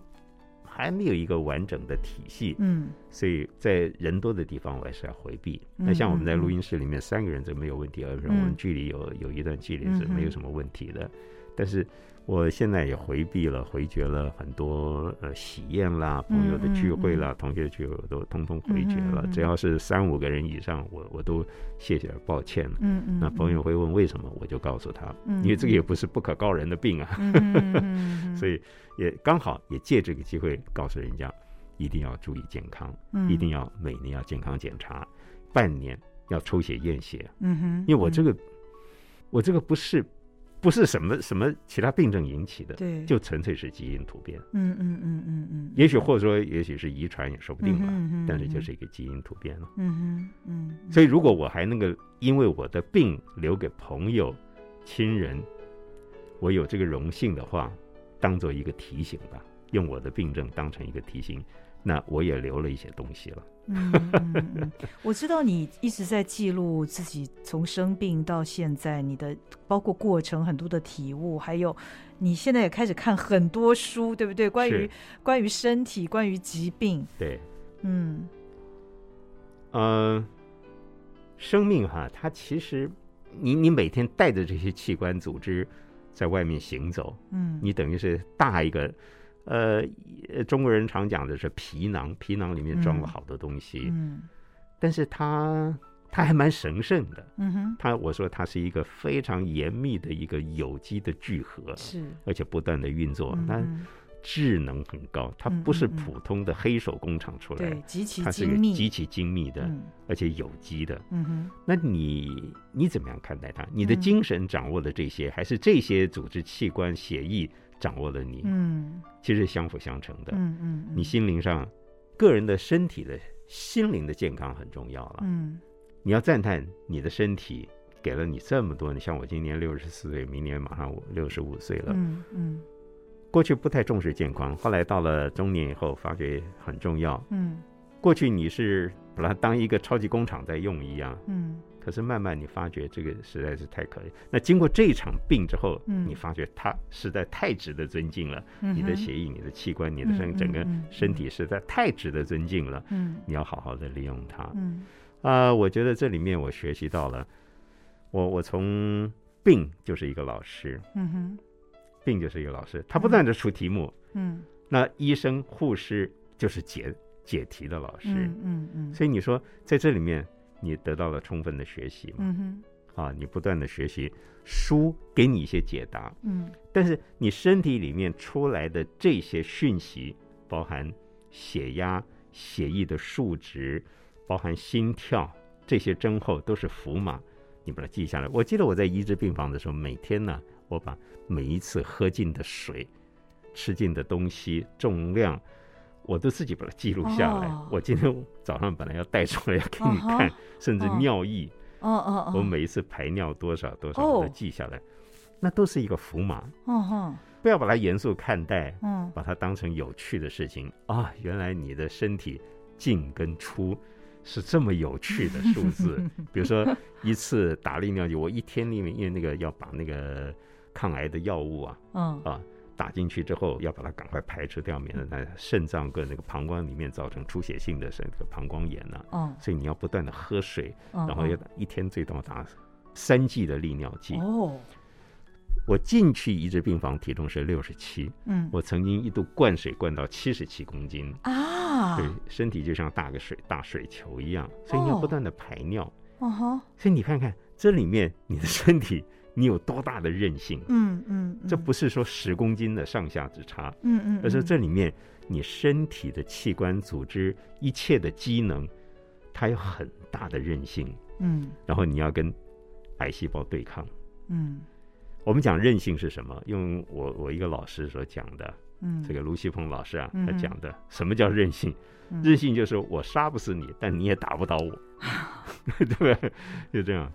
Speaker 2: 还没有一个完整的体系，
Speaker 1: 嗯
Speaker 2: 所以在人多的地方，我还是要回避。
Speaker 1: 嗯
Speaker 2: 那像我们在
Speaker 1: 嗯
Speaker 2: 录音室里面，三个人这没有问题，而且我
Speaker 1: 嗯
Speaker 2: 们距离有有一段距离是
Speaker 1: 嗯哼
Speaker 2: 没有什么问题的。但是我现在也回避了，回绝了很多呃喜宴啦、
Speaker 1: 嗯
Speaker 2: 朋友的聚会啦、同学的聚会，我都通通回绝
Speaker 1: 嗯
Speaker 2: 了
Speaker 1: 哼嗯。哼
Speaker 2: 只要是三五个人以上，我我都谢谢抱歉。
Speaker 1: 嗯嗯，
Speaker 2: 那朋友会问为什么，我就告诉他，
Speaker 1: 嗯，
Speaker 2: 因为这个也不是不可告人的病啊，
Speaker 1: 嗯，
Speaker 2: [laughs] 所以也刚好也借这个机会告诉人家，一定要注意健康。
Speaker 1: 以
Speaker 2: 一定，要每年要健康检查，半年要抽血验血，
Speaker 1: 嗯哼，
Speaker 2: 因为我这个我这个不是不是什么什么其他病症引起的，
Speaker 1: 对，
Speaker 2: 就纯粹是基因突变，
Speaker 1: 嗯嗯嗯嗯嗯，
Speaker 2: 也许或者说也许是遗传也说不定吧，
Speaker 1: 嗯哼
Speaker 2: 但是就是一个基因突变了。
Speaker 1: 嗯哼嗯哼，
Speaker 2: 所以如果我还能够因为我的病留给朋友、亲人，我有这个荣幸的话，当做一个提醒吧，用我的病症当成一个提醒，那我也留了一些东西了。
Speaker 1: 嗯嗯嗯，我知道你一直在记录自己从生病到现在，你的包括过程很多的体悟，还有你现在也开始看很多书，对不对？关于
Speaker 2: 是
Speaker 1: 关于身体，关于疾病，
Speaker 2: 对，
Speaker 1: 嗯
Speaker 2: 呃，生命哈，它其实你你每天带着这些器官组织在外面行走，
Speaker 1: 嗯，
Speaker 2: 你等于是大一个。呃，呃中国人常讲的是皮囊，皮囊里面装了
Speaker 1: 嗯
Speaker 2: 好多东西，
Speaker 1: 嗯
Speaker 2: 但是它它还蛮神圣的。
Speaker 1: 嗯哼，
Speaker 2: 它我说它是一个非常严密的一个有机的聚合，
Speaker 1: 是，
Speaker 2: 而且不断的运作，
Speaker 1: 嗯
Speaker 2: 它
Speaker 1: 嗯
Speaker 2: 智能很高，它
Speaker 1: 嗯
Speaker 2: 不是
Speaker 1: 嗯嗯
Speaker 2: 普通的黑手工厂出来，
Speaker 1: 对，极其
Speaker 2: 它是
Speaker 1: 精
Speaker 2: 个
Speaker 1: 密，
Speaker 2: 极其精密的，
Speaker 1: 嗯
Speaker 2: 而且有机的。
Speaker 1: 嗯哼，
Speaker 2: 那你你怎么样看待它？你的
Speaker 1: 嗯
Speaker 2: 精神掌握了这些，还是这些组织器官血液掌握了你？
Speaker 1: 嗯
Speaker 2: 其实相辅相成的。
Speaker 1: 嗯嗯，
Speaker 2: 你心灵上，个人的身体的心灵的健康很重要了。
Speaker 1: 嗯
Speaker 2: 你要赞叹你的身体给了你这么多。你像我今年六十四岁，明年马上我六十五岁了。
Speaker 1: 嗯嗯
Speaker 2: 过去不太重视健康，后来到了中年以后，发觉很重要。
Speaker 1: 嗯
Speaker 2: 过去你是把它当一个超级工厂在用一样，
Speaker 1: 嗯
Speaker 2: 可是慢慢你发觉这个实在是太可以。那经过这一场病之后，
Speaker 1: 嗯
Speaker 2: 你发觉它实在太值得尊敬了。
Speaker 1: 嗯，
Speaker 2: 你的血液、你的器官、你的
Speaker 1: 嗯
Speaker 2: 身
Speaker 1: 嗯
Speaker 2: 整个
Speaker 1: 嗯
Speaker 2: 身体实在太值得尊敬了。
Speaker 1: 嗯，
Speaker 2: 你要好好的利用它。
Speaker 1: 嗯
Speaker 2: 啊、我觉得这里面我学习到了，我我从病就是一个老师，
Speaker 1: 嗯嗯哼，
Speaker 2: 病就是一个老师，他不断的出题目，
Speaker 1: 嗯
Speaker 2: 那医生、护士就是解解题的老师，
Speaker 1: 嗯嗯嗯，
Speaker 2: 所以你说在这里面你得到了充分的学习嘛？
Speaker 1: 嗯哼，
Speaker 2: 啊，你不断的学习，书给你一些解答，
Speaker 1: 嗯
Speaker 2: 但是你身体里面出来的这些讯息，包含血压、血液的数值，包含心跳这些征候都是符码，你把它记下来。我记得我在移植病房的时候，每天呢，我把每一次喝进的水、吃进的东西重量。我都自己把它记录下来。
Speaker 1: 哦
Speaker 2: 我今天早上本来要带出来要给你看，
Speaker 1: 嗯哼
Speaker 2: 甚至
Speaker 1: 嗯
Speaker 2: 尿液，
Speaker 1: 哦哦哦，
Speaker 2: 我每一次排尿多少多少，
Speaker 1: 哦
Speaker 2: 我都记下来，那都是一个符码。
Speaker 1: 哦哈，
Speaker 2: 不要把它严肃看待，
Speaker 1: 嗯
Speaker 2: 把它当成有趣的事情啊！原来你的身体进跟出是这么有趣的数
Speaker 1: [laughs]
Speaker 2: 字。比如说一次打利尿剂，我一天里面因为那个要把那个抗癌的药物啊
Speaker 1: 嗯
Speaker 2: 啊打进去之后，要把它赶快排除掉，免得在肾脏跟那个膀胱里面造成出血性的这个膀胱炎呢、
Speaker 1: 嗯，
Speaker 2: 所以你要不断的喝水，
Speaker 1: 然
Speaker 2: 然后要一天最多打三剂的利尿剂。
Speaker 1: 嗯哦，
Speaker 2: 我进去移植病房，体重是六十七。
Speaker 1: 嗯
Speaker 2: 我曾经一度灌水灌到七十七公斤，
Speaker 1: 啊，
Speaker 2: 对，身体就像大个水大水球一样，所以你要
Speaker 1: 哦
Speaker 2: 不断的排尿。
Speaker 1: 哦哈，
Speaker 2: 所以你看看这里面你的身体，你有多大的韧性？
Speaker 1: 嗯嗯，
Speaker 2: 这不是说十公斤的上下之差，
Speaker 1: 嗯嗯，
Speaker 2: 而是这里面你身体的器官组织一切的机能，它有很大的韧性，
Speaker 1: 嗯
Speaker 2: 然后你要跟癌细胞对抗。
Speaker 1: 嗯
Speaker 2: 我们讲韧性是什么？用我我一个老师所讲的，
Speaker 1: 嗯，
Speaker 2: 这个卢锡鹏老师啊，
Speaker 1: 嗯
Speaker 2: 他讲的什么叫任性？
Speaker 1: 嗯
Speaker 2: 任性就是我杀不死你，但你也打不倒
Speaker 1: [laughs]
Speaker 2: 我，对吧？就这样。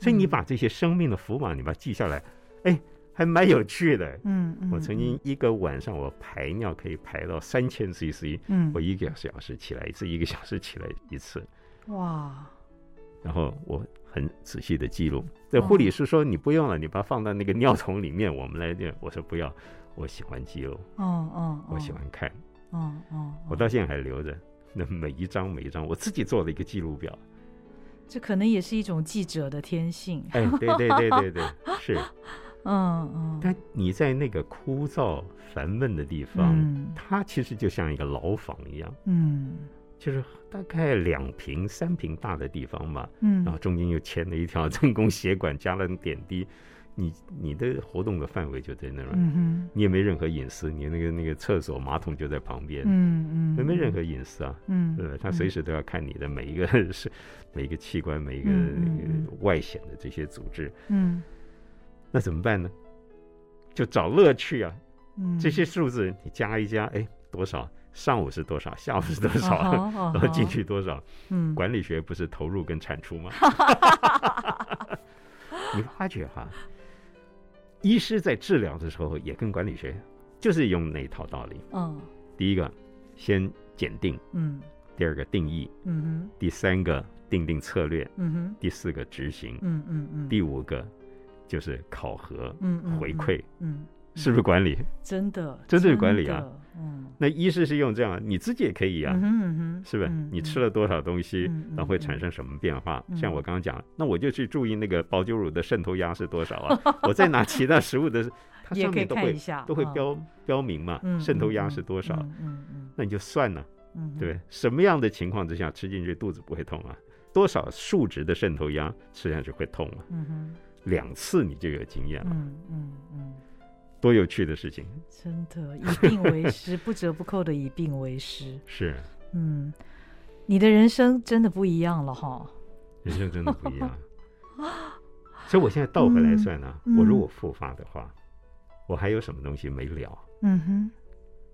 Speaker 2: 所以你把这些生命的符码，你把它记下来，哎，还蛮有趣的。
Speaker 1: 嗯嗯，
Speaker 2: 我曾经一个晚上，我排尿可以排到三千 CC，
Speaker 1: 嗯
Speaker 2: 我一个小时起来一次，一个小时起来一次，
Speaker 1: 哇
Speaker 2: 然后我很仔细的记录。这护理师说你不用了，你把它放到那个尿桶里面，我们来练。我说不要，我喜欢记录，
Speaker 1: 哦哦，
Speaker 2: 我喜，欢看。
Speaker 1: 哦哦，
Speaker 2: 我到现在还留着。那每一张每一张，我自己做了一个记录表。
Speaker 1: 这可能也是一种记者的天性，
Speaker 2: [laughs] 哎，对对对对对， [laughs] 是。
Speaker 1: 嗯嗯，
Speaker 2: 但你在那个枯燥烦闷的地方，
Speaker 1: 嗯
Speaker 2: 它其实就像一个牢房一样，
Speaker 1: 嗯
Speaker 2: 就是大概两平三平大的地方嘛，然后
Speaker 1: 嗯
Speaker 2: 中间又牵了一条 [laughs] 正宫血管，加了点滴，你你的活动的范围就在那儿，
Speaker 1: 嗯哼，
Speaker 2: 你也没任何隐私，你那个那个厕所马桶就在旁边，
Speaker 1: 嗯
Speaker 2: 没
Speaker 1: 嗯，
Speaker 2: 没任何隐私啊。
Speaker 1: 嗯，
Speaker 2: 对，他
Speaker 1: 嗯
Speaker 2: 随时都要看你的每一个 [laughs] 是每一个器官、每一个
Speaker 1: 嗯嗯
Speaker 2: 呃外显的这些组织，
Speaker 1: 嗯
Speaker 2: 那怎么办呢？就找乐趣啊！
Speaker 1: 嗯
Speaker 2: 这些数字你加一加，哎，多少？上午是多少？下午是多少？
Speaker 1: 啊哈
Speaker 2: [laughs] 然后进，
Speaker 1: 啊
Speaker 2: 去多少？
Speaker 1: 哈嗯，
Speaker 2: 管理学不是投入跟产
Speaker 1: [laughs]
Speaker 2: 出吗？你发觉哈，医师在治疗的时候也跟管理学就是用那一套道理。
Speaker 1: 嗯
Speaker 2: 第一个，先检定，
Speaker 1: 嗯
Speaker 2: 第二个定义，
Speaker 1: 嗯哼，
Speaker 2: 第三个定定策略，
Speaker 1: 嗯哼，
Speaker 2: 第四个执行，
Speaker 1: 嗯嗯嗯，
Speaker 2: 第五个就是考核、
Speaker 1: 嗯嗯
Speaker 2: 回馈，
Speaker 1: 嗯，
Speaker 2: 是不是管理？
Speaker 1: 真的
Speaker 2: 真的是管理啊，
Speaker 1: 真的嗯，
Speaker 2: 那医师是用这样，啊你自己也可以呀、
Speaker 1: 嗯哼嗯哼，
Speaker 2: 是不是？
Speaker 1: 嗯
Speaker 2: 你吃
Speaker 1: 嗯
Speaker 2: 了多少东西，
Speaker 1: 嗯嗯
Speaker 2: 然后会产生什么变化？
Speaker 1: 嗯
Speaker 2: 像我刚刚讲，那我就去注意那个保酒乳的渗透压是多少
Speaker 1: [laughs]
Speaker 2: 啊，我再拿其他食物的，它
Speaker 1: 也
Speaker 2: 上
Speaker 1: 可以
Speaker 2: 面都
Speaker 1: 看
Speaker 2: 会
Speaker 1: 一下，
Speaker 2: 都会
Speaker 1: 嗯
Speaker 2: 标标明嘛，
Speaker 1: 嗯
Speaker 2: 渗透压
Speaker 1: 嗯
Speaker 2: 是多少，
Speaker 1: 嗯嗯嗯
Speaker 2: 那你就算了，
Speaker 1: 嗯，
Speaker 2: 对不对？什么样的情况之下吃进去肚子不会痛啊？多少数值的渗透压吃下去会痛啊？
Speaker 1: 嗯哼，
Speaker 2: 两次你就有经验了，啊
Speaker 1: 嗯嗯嗯，
Speaker 2: 多有趣的事情！
Speaker 1: 真的，
Speaker 2: [laughs]
Speaker 1: 以病为师，不折不扣的以病为师。
Speaker 2: 是
Speaker 1: 嗯，你的人生真的不一样了哈。
Speaker 2: 人生真的不
Speaker 1: [laughs]
Speaker 2: 一样。所以我现在倒回来算呢、
Speaker 1: 嗯嗯
Speaker 2: 我如果复发的话，我还有什么东西没了？
Speaker 1: 嗯哼，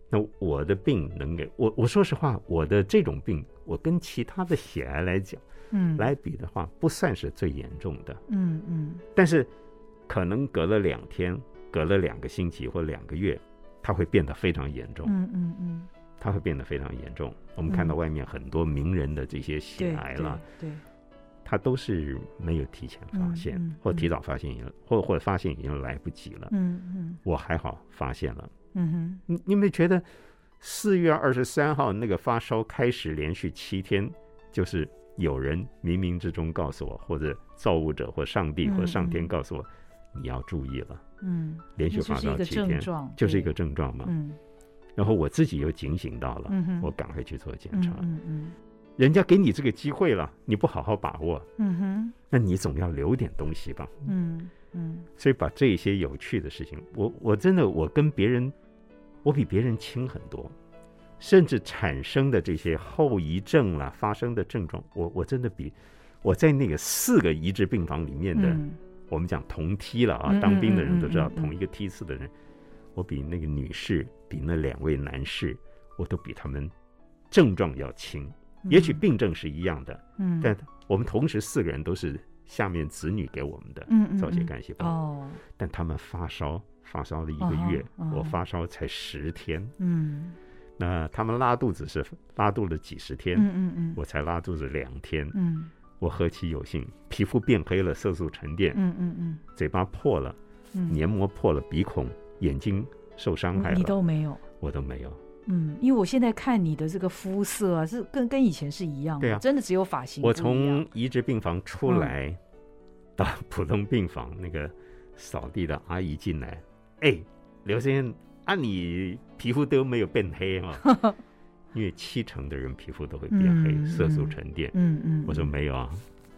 Speaker 2: 那我的病能给我，我说实话，我的这种病，我跟其他的血癌来讲
Speaker 1: 嗯，，
Speaker 2: 来比的话，不算是最严重的，
Speaker 1: 嗯嗯
Speaker 2: 但是可能隔了两天、隔了两个星期或两个月，它会变得非常严重，
Speaker 1: 嗯嗯嗯，
Speaker 2: 它会变得非常严重。我们看到
Speaker 1: 嗯
Speaker 2: 外面很多名人的这些血
Speaker 1: 对
Speaker 2: 癌了，，
Speaker 1: 嗯对，对
Speaker 2: 它都是没有提前发现，
Speaker 1: 嗯嗯
Speaker 2: 或提早发现已经，或或者发现已经来不及了。
Speaker 1: 嗯嗯
Speaker 2: 我还好发现了，
Speaker 1: 嗯哼，
Speaker 2: 你你有没有觉得四月二十三号那个发烧开始连续七天，就是有人冥冥之中告诉我，或者造物者或上帝
Speaker 1: 嗯
Speaker 2: 或上天
Speaker 1: 嗯
Speaker 2: 告诉我，你要注意了，
Speaker 1: 嗯，
Speaker 2: 连
Speaker 1: 那
Speaker 2: 续
Speaker 1: 就
Speaker 2: 发
Speaker 1: 是一
Speaker 2: 烧
Speaker 1: 个
Speaker 2: 七
Speaker 1: 症
Speaker 2: 天。
Speaker 1: 状，
Speaker 2: 就是一
Speaker 1: 对
Speaker 2: 个，症状嘛，
Speaker 1: 嗯
Speaker 2: 然后我自己又警醒到了，
Speaker 1: 嗯哼，
Speaker 2: 我赶快去做检
Speaker 1: 嗯
Speaker 2: 查。
Speaker 1: 嗯嗯
Speaker 2: 人家给你这个机会了，你不好好把握，
Speaker 1: 嗯哼，
Speaker 2: 那你总要留点东西吧。
Speaker 1: 嗯嗯
Speaker 2: 所以把这些有趣的事情，我我真的我跟别人，我比别人轻很多，甚至产生的这些后遗症啦、发生的症状，我我真的比我在那个四个移植病房里面的，
Speaker 1: 嗯
Speaker 2: 我们讲同梯了啊
Speaker 1: 嗯，
Speaker 2: 当兵的人
Speaker 1: 嗯
Speaker 2: 都知道，
Speaker 1: 嗯嗯嗯
Speaker 2: 同一个梯次的人，我比那个女士，比那两位男士，我都比他们症状要轻。也许
Speaker 1: 嗯
Speaker 2: 病症是一样的，
Speaker 1: 嗯，
Speaker 2: 但我们同时四个人都是下面子女给我们的
Speaker 1: 嗯嗯
Speaker 2: 造血
Speaker 1: 嗯
Speaker 2: 干细胞。
Speaker 1: 哦，
Speaker 2: 但他们发烧，发烧了一个月，
Speaker 1: 嗯哼嗯
Speaker 2: 我发烧才十天。
Speaker 1: 嗯
Speaker 2: 那他们拉肚子是拉肚了几十天，
Speaker 1: 嗯嗯嗯，
Speaker 2: 我才拉肚子两天。
Speaker 1: 嗯
Speaker 2: 我何其有幸，皮肤变黑了，色素沉淀，
Speaker 1: 嗯嗯嗯
Speaker 2: 嘴巴破了，
Speaker 1: 嗯，
Speaker 2: 黏膜破了，鼻孔、眼睛受伤害
Speaker 1: 你
Speaker 2: 了，
Speaker 1: 都没有。
Speaker 2: 我都没有。
Speaker 1: 嗯，因为我现在看你的这个肤色啊，是跟跟以前是一样的，
Speaker 2: 对啊
Speaker 1: 真的只有发型不一
Speaker 2: 我
Speaker 1: 样。
Speaker 2: 从移植病房出来，到普通病房，那个扫地的阿姨进来，哎，刘先生，啊，你皮肤都没有变黑哦， [laughs] 因为七成的人皮肤都会变黑，
Speaker 1: 嗯
Speaker 2: 色素沉淀。
Speaker 1: 嗯嗯，
Speaker 2: 我说没有啊，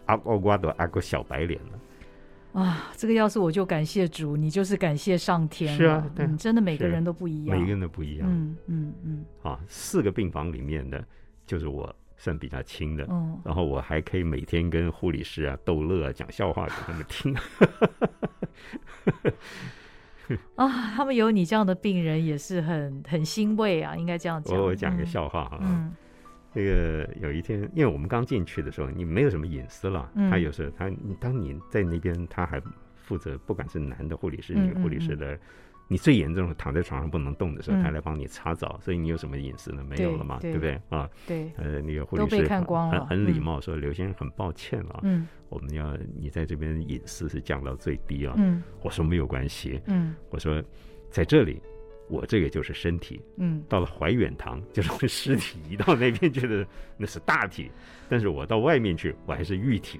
Speaker 2: 阿阿瓜都阿个小白脸了，
Speaker 1: 啊，这个要是我就感谢主，你就是感谢上天了。
Speaker 2: 是啊对啊
Speaker 1: 嗯，真的每个
Speaker 2: 是
Speaker 1: 人都不一样，
Speaker 2: 每个人都不一样、
Speaker 1: 嗯嗯嗯
Speaker 2: 啊。四个病房里面的，就是我算比较轻的。
Speaker 1: 嗯，
Speaker 2: 然后我还可以每天跟护理师啊逗乐啊，讲笑话给他们听。
Speaker 1: [laughs] 啊，他们有你这样的病人也是很很欣慰啊，应该这样讲。
Speaker 2: 我我讲个
Speaker 1: 嗯
Speaker 2: 笑话哈、啊
Speaker 1: 嗯
Speaker 2: 那个有一天，因为我们刚进去的时候，你没有什么隐私了。
Speaker 1: 嗯
Speaker 2: 他有时候他，你当你在那边，他还负责，不管是男的护理师、
Speaker 1: 嗯
Speaker 2: 女护理师
Speaker 1: 嗯嗯
Speaker 2: 的，你最严重的躺在床上不能动的时候，
Speaker 1: 嗯
Speaker 2: 他来帮你擦澡，所以你有什么隐私呢？没
Speaker 1: 对
Speaker 2: 有了嘛，
Speaker 1: 对
Speaker 2: 对不对啊？
Speaker 1: 对，
Speaker 2: 呃，那个护
Speaker 1: 都
Speaker 2: 理
Speaker 1: 被
Speaker 2: 师
Speaker 1: 看
Speaker 2: 很
Speaker 1: 光了
Speaker 2: 很很礼
Speaker 1: 嗯
Speaker 2: 貌说：“刘先生，很抱歉啊，
Speaker 1: 嗯
Speaker 2: 我们要你在这边隐私是降到最低啊。
Speaker 1: 嗯
Speaker 2: 我说：“没有关系。
Speaker 1: 嗯”
Speaker 2: 我说：“在这里，我这个就是身体， [laughs]
Speaker 1: 嗯
Speaker 2: 到了怀远堂，就是我们尸体移到那边去的，那是大体；但是我到外面去，我还是玉体。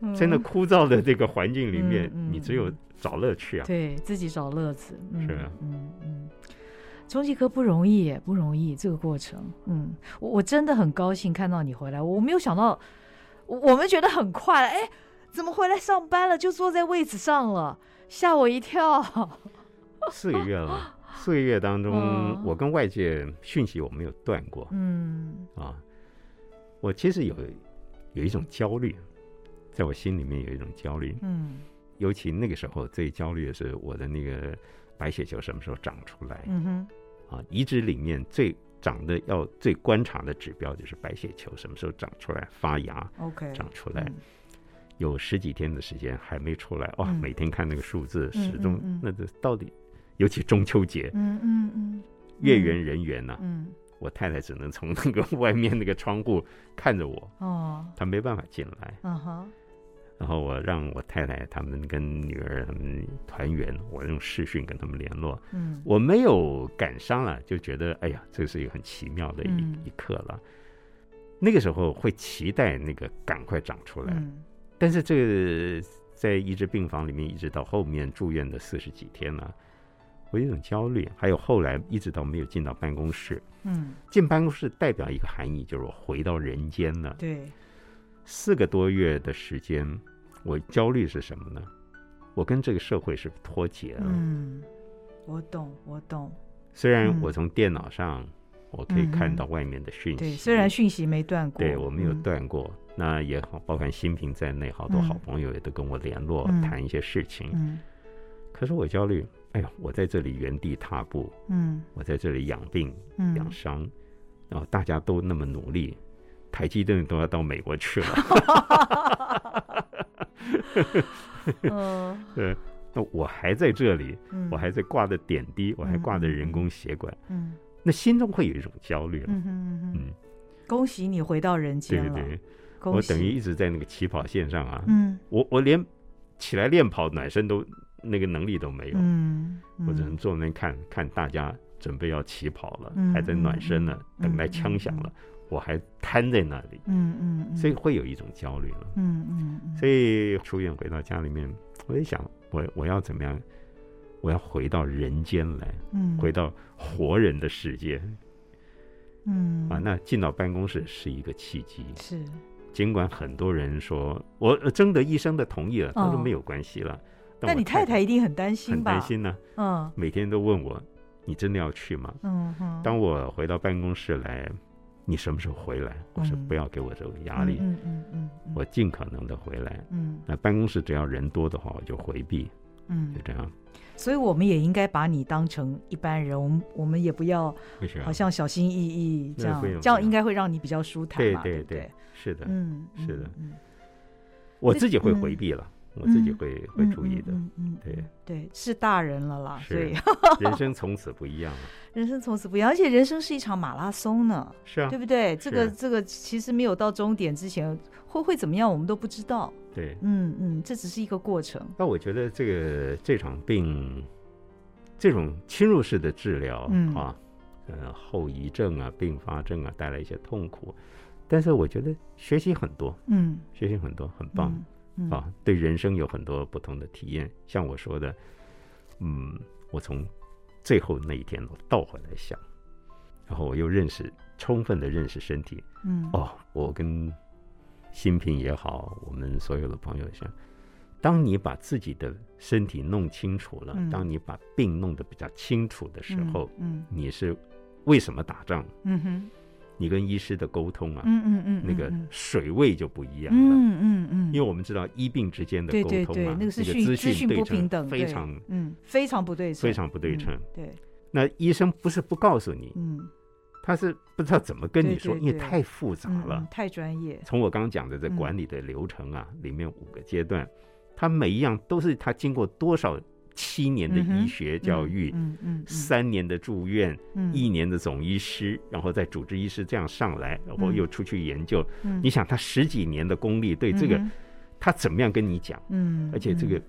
Speaker 1: 嗯， [laughs]
Speaker 2: 在那枯燥的这个环境里面，
Speaker 1: 嗯嗯
Speaker 2: 你只有找乐趣啊。
Speaker 1: 对自己找乐子，嗯、
Speaker 2: 是啊
Speaker 1: 嗯嗯，冲击科不容易耶，不容易这个过程，嗯，我我真的很高兴看到你回来，我没有想到，我我们觉得很快了，哎，怎么回来上班了，就坐在位子上了，吓我一跳， [laughs]
Speaker 2: 四个月了，四个月当中
Speaker 1: 嗯，
Speaker 2: 我跟外界讯息我没有断过
Speaker 1: 嗯
Speaker 2: 啊。我其实有有一种焦虑，在我心里面有一种焦虑，
Speaker 1: 嗯
Speaker 2: 尤其那个时候最焦虑的是我的那个白血球什么时候长出来。
Speaker 1: 嗯哼，
Speaker 2: 啊，移植里面最长得要最观察的指标就是白血球什么时候长出来、发芽、
Speaker 1: OK，
Speaker 2: 长出来
Speaker 1: 嗯，
Speaker 2: 有十几天的时间还没出来，哇，
Speaker 1: 嗯
Speaker 2: 每天看那个数字，
Speaker 1: 嗯
Speaker 2: 始终
Speaker 1: 嗯嗯
Speaker 2: 那这到底尤其中秋节，
Speaker 1: 嗯嗯嗯
Speaker 2: 月圆人圆呐、
Speaker 1: 嗯，
Speaker 2: 我太太只能从那个 [laughs] 外面那个窗户看着我，
Speaker 1: 哦，
Speaker 2: 她没办法进来。
Speaker 1: 嗯哼，
Speaker 2: 然后我让我太太他们跟女儿他们团圆，我用视讯跟他们联络。
Speaker 1: 嗯
Speaker 2: 我没有感伤了，就觉得哎呀，这是一个很奇妙的一、
Speaker 1: 嗯
Speaker 2: 一刻了。那个时候会期待那个赶快长出来，
Speaker 1: 嗯
Speaker 2: 但是这个在一直病房里面，一直到后面住院的四十几天呢、我有一种焦虑。还有后来一直到没有进到办公室，
Speaker 1: 嗯，
Speaker 2: 进办公室代表一个含义，就是我回到人间了。
Speaker 1: 对，
Speaker 2: 四个多月的时间，我焦虑是什么呢？我跟这个社会是脱节了。
Speaker 1: 嗯，我懂，我懂，
Speaker 2: 虽然
Speaker 1: 嗯
Speaker 2: 我从电脑上我可以看
Speaker 1: 嗯
Speaker 2: 到外面的讯息，
Speaker 1: 对，虽然讯息没断过，
Speaker 2: 对我没有
Speaker 1: 嗯，
Speaker 2: 断过，那也好，包含新平在内，好多
Speaker 1: 嗯
Speaker 2: 好朋友也都跟我联络、
Speaker 1: 嗯
Speaker 2: 谈一些事情。
Speaker 1: 嗯
Speaker 2: 可是我焦虑，哎呀，我在这里原地踏步，
Speaker 1: 嗯
Speaker 2: 我在这里养病
Speaker 1: 嗯，
Speaker 2: 养伤，然后大家都那么努力，台积电都要到美国去了，
Speaker 1: [laughs] 呃
Speaker 2: 对，那我还在这里，
Speaker 1: 嗯，
Speaker 2: 我还在挂着点滴，我还挂着人工血管，
Speaker 1: 嗯
Speaker 2: 那心中会有一种焦虑了。
Speaker 1: 嗯哼嗯哼，
Speaker 2: 嗯，
Speaker 1: 恭喜你回到人
Speaker 2: 对
Speaker 1: 间了，
Speaker 2: 对，
Speaker 1: 恭
Speaker 2: 我等
Speaker 1: 喜
Speaker 2: 于一直在那个起跑线上啊，
Speaker 1: 嗯
Speaker 2: 我我连起来练跑暖身都那个能力都没有，
Speaker 1: 嗯，
Speaker 2: 我只
Speaker 1: 嗯
Speaker 2: 能坐那边看看大家准备要起跑了，
Speaker 1: 嗯
Speaker 2: 还在暖身呢，
Speaker 1: 嗯
Speaker 2: 等待枪响了，我还瘫在那里，
Speaker 1: 嗯嗯嗯，
Speaker 2: 所以会有一种焦虑了。
Speaker 1: 嗯嗯嗯，
Speaker 2: 所
Speaker 1: 以
Speaker 2: 以出院回到家里面，我也想，我我要怎么样？我要回到人间来，
Speaker 1: 嗯
Speaker 2: 回到活人的世界
Speaker 1: 嗯
Speaker 2: 啊！那进到办公室是一个契机，
Speaker 1: 是
Speaker 2: 尽管很多人说我呃征得医生的同意了，他说
Speaker 1: 哦
Speaker 2: 没有关系了。
Speaker 1: 但
Speaker 2: 我
Speaker 1: 你太
Speaker 2: 太
Speaker 1: 太一定很担心
Speaker 2: 很
Speaker 1: 吧？
Speaker 2: 担心呢、
Speaker 1: 嗯
Speaker 2: 每天都问我：“你真的要去吗
Speaker 1: 嗯哼，？”
Speaker 2: 当我回到办公室来，你什么时候回来？我说
Speaker 1: 嗯
Speaker 2: 不要给我这个压力，
Speaker 1: 嗯嗯嗯嗯，
Speaker 2: 我尽可能的回来。
Speaker 1: 嗯
Speaker 2: 那办公室只要人多的话，我就回避，
Speaker 1: 嗯
Speaker 2: 就，这样。
Speaker 1: 所以我们也应该把你当成一般人，我们我们也不要
Speaker 2: 为什么？
Speaker 1: 好像小心翼翼这
Speaker 2: 那
Speaker 1: 样
Speaker 2: 啊会有，
Speaker 1: 这样应该会让你比较舒坦
Speaker 2: 对
Speaker 1: 嘛，
Speaker 2: 对
Speaker 1: 不对？
Speaker 2: 是的，
Speaker 1: 嗯，嗯
Speaker 2: 是的，
Speaker 1: 嗯
Speaker 2: 我
Speaker 1: 所以
Speaker 2: 自己会
Speaker 1: 嗯
Speaker 2: 回避了，我自己
Speaker 1: 嗯
Speaker 2: 会会注意的。
Speaker 1: 嗯嗯，嗯
Speaker 2: 对
Speaker 1: 嗯对，是大人了啦，所
Speaker 2: 是
Speaker 1: 以
Speaker 2: 人生从此不一样了。
Speaker 1: [laughs] 人生从此不一样，而且人生是一场马拉松呢，
Speaker 2: 是啊
Speaker 1: 对，不对？这个
Speaker 2: 是
Speaker 1: 这个其实没有到终点之前会会怎么样，我们都不知道。
Speaker 2: 对。
Speaker 1: 嗯嗯，这只是一个过程。
Speaker 2: 那我觉得这个这场病，这种侵入式的治疗、
Speaker 1: 嗯
Speaker 2: 啊，呃，后遗症啊、并发症啊，带来一些痛苦。但是我觉得学习很多，
Speaker 1: 嗯，
Speaker 2: 学习很多，很棒、
Speaker 1: 嗯。嗯
Speaker 2: 啊，对人生有很多不同的体验。像我说的，嗯，我从最后那一天我倒回来想，然后我又认识充分的认识身体，
Speaker 1: 嗯
Speaker 2: 哦，我跟新平也好，我们所有的朋友像，当你把自己的身体弄清楚了，
Speaker 1: 嗯
Speaker 2: 当你把病弄得比较清楚的时候，
Speaker 1: 嗯
Speaker 2: 你是为什么打仗？
Speaker 1: 嗯哼，
Speaker 2: 你跟医师的沟通啊，
Speaker 1: 嗯嗯嗯，
Speaker 2: 那个
Speaker 1: 嗯
Speaker 2: 水位就不一样了。
Speaker 1: 嗯嗯嗯，
Speaker 2: 因为
Speaker 1: 为
Speaker 2: 我们知道医病之间的
Speaker 1: 对
Speaker 2: 沟
Speaker 1: 对
Speaker 2: 通
Speaker 1: 对
Speaker 2: 啊，，
Speaker 1: 那个是
Speaker 2: 资
Speaker 1: 资讯
Speaker 2: 对
Speaker 1: 不
Speaker 2: 称
Speaker 1: 平等，
Speaker 2: 非
Speaker 1: 对
Speaker 2: 常
Speaker 1: 嗯非常不对称，
Speaker 2: 非常不对称。
Speaker 1: 嗯对，
Speaker 2: 那医生不是不告诉你，
Speaker 1: 嗯，
Speaker 2: 他是不知道怎么跟
Speaker 1: 对
Speaker 2: 你说，
Speaker 1: 对
Speaker 2: 因为
Speaker 1: 对
Speaker 2: 太复杂
Speaker 1: 嗯
Speaker 2: 了。
Speaker 1: 嗯太专业，
Speaker 2: 从我刚刚讲的这
Speaker 1: 嗯
Speaker 2: 管理的流程啊，里面五个阶段，它每一样都是他经过多少七年的
Speaker 1: 嗯哼
Speaker 2: 医学教育，
Speaker 1: 嗯嗯，嗯
Speaker 2: 三年的住院，
Speaker 1: 嗯
Speaker 2: 一年的总医师，然后再主治医师这样上来，然后又出去研究。
Speaker 1: 嗯
Speaker 2: 你想他十几年的功力，对这个、
Speaker 1: 嗯
Speaker 2: 他怎么样跟你讲？
Speaker 1: 嗯，
Speaker 2: 而且这个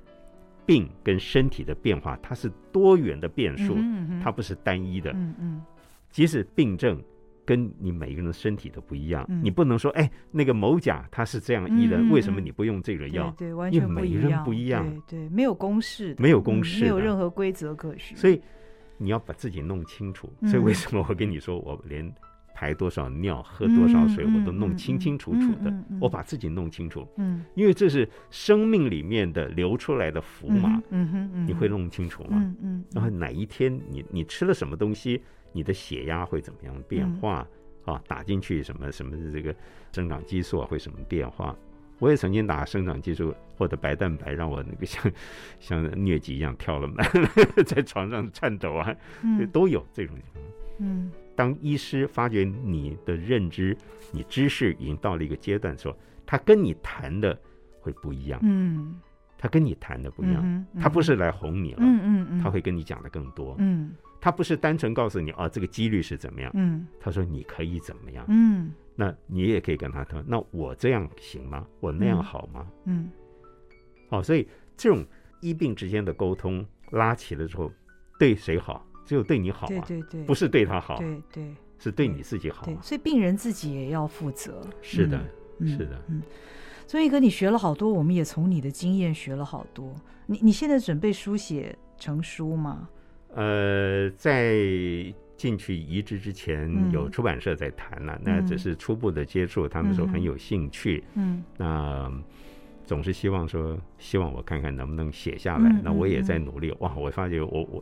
Speaker 2: 病跟身体的变化，它是多元的变数，
Speaker 1: 嗯，
Speaker 2: 它不是单一的。
Speaker 1: 嗯嗯
Speaker 2: 即使病症跟你每个人的身体都不一样，
Speaker 1: 嗯
Speaker 2: 你不能说，哎，那个某甲他是这样医的，
Speaker 1: 嗯嗯
Speaker 2: 为什么你不用这个
Speaker 1: 嗯，
Speaker 2: 药？
Speaker 1: 对对，完
Speaker 2: 因为
Speaker 1: 全不
Speaker 2: 每
Speaker 1: 一
Speaker 2: 个人
Speaker 1: 样，
Speaker 2: 不一样
Speaker 1: 对对，没有公式的，
Speaker 2: 没有公
Speaker 1: 嗯
Speaker 2: 式
Speaker 1: 没有
Speaker 2: 的
Speaker 1: 任何规则可循，
Speaker 2: 所
Speaker 1: 以
Speaker 2: 以你要把自己弄清楚。
Speaker 1: 嗯
Speaker 2: 所以为什么我跟你说，我连排多少尿、喝多
Speaker 1: 嗯
Speaker 2: 少水，我都弄清清楚楚的，我把自己弄清楚，
Speaker 1: 嗯
Speaker 2: 因为这是生命里面的流出来的符
Speaker 1: 嗯
Speaker 2: 码
Speaker 1: 哼，嗯哼嗯，
Speaker 2: 你会弄清楚吗？
Speaker 1: 嗯嗯，
Speaker 2: 然后哪一天你你吃了什么东西，你的血压会怎么样变
Speaker 1: 嗯
Speaker 2: 化、啊？打进去什么什么这个生长激素啊会什么变化？我也曾经打生长激素或者白蛋白，让我那个 [laughs] 像像疟疾一样跳了满， [laughs] 在床上颤抖啊，
Speaker 1: 嗯
Speaker 2: 都有这种情况。
Speaker 1: 嗯
Speaker 2: 当医师发觉你的认知、你知识已经到了一个阶段的时候，他跟你谈的会不一样。
Speaker 1: 嗯
Speaker 2: 他跟你谈的不一样，
Speaker 1: 嗯哼
Speaker 2: 他不是来哄你了，
Speaker 1: 嗯嗯嗯，
Speaker 2: 他会跟你讲的更多。
Speaker 1: 嗯
Speaker 2: 他不是单纯告诉你啊，这个几率是怎么样，
Speaker 1: 嗯
Speaker 2: 他说你可以怎么样，
Speaker 1: 嗯
Speaker 2: 那你也可以跟他说，那我这样行吗？我那样
Speaker 1: 嗯
Speaker 2: 好吗？
Speaker 1: 嗯
Speaker 2: 哦，所以这种医病之间的沟通拉起了之后，对谁好？只有对你好啊，
Speaker 1: 对对对，
Speaker 2: 不
Speaker 1: 是
Speaker 2: 是对他好，
Speaker 1: 对对
Speaker 2: 是对你自己好
Speaker 1: 对，
Speaker 2: 啊。
Speaker 1: 所以病人自己也要负责。
Speaker 2: 是的
Speaker 1: 嗯，
Speaker 2: 是的，
Speaker 1: 嗯。所以哥，你学了好多，我们也从你的经验学了好多。你你现在准备书写成书吗？
Speaker 2: 呃，在进去移植之前，
Speaker 1: 嗯
Speaker 2: 有出版社在谈了、那只
Speaker 1: 嗯
Speaker 2: 是初步的接触，他们说很
Speaker 1: 嗯
Speaker 2: 有兴趣，
Speaker 1: 嗯
Speaker 2: 那。总是希望说，希望我看看能不能写下来。
Speaker 1: 嗯
Speaker 2: 那我也
Speaker 1: 嗯
Speaker 2: 在
Speaker 1: 嗯
Speaker 2: 努力。哇，我发觉我我，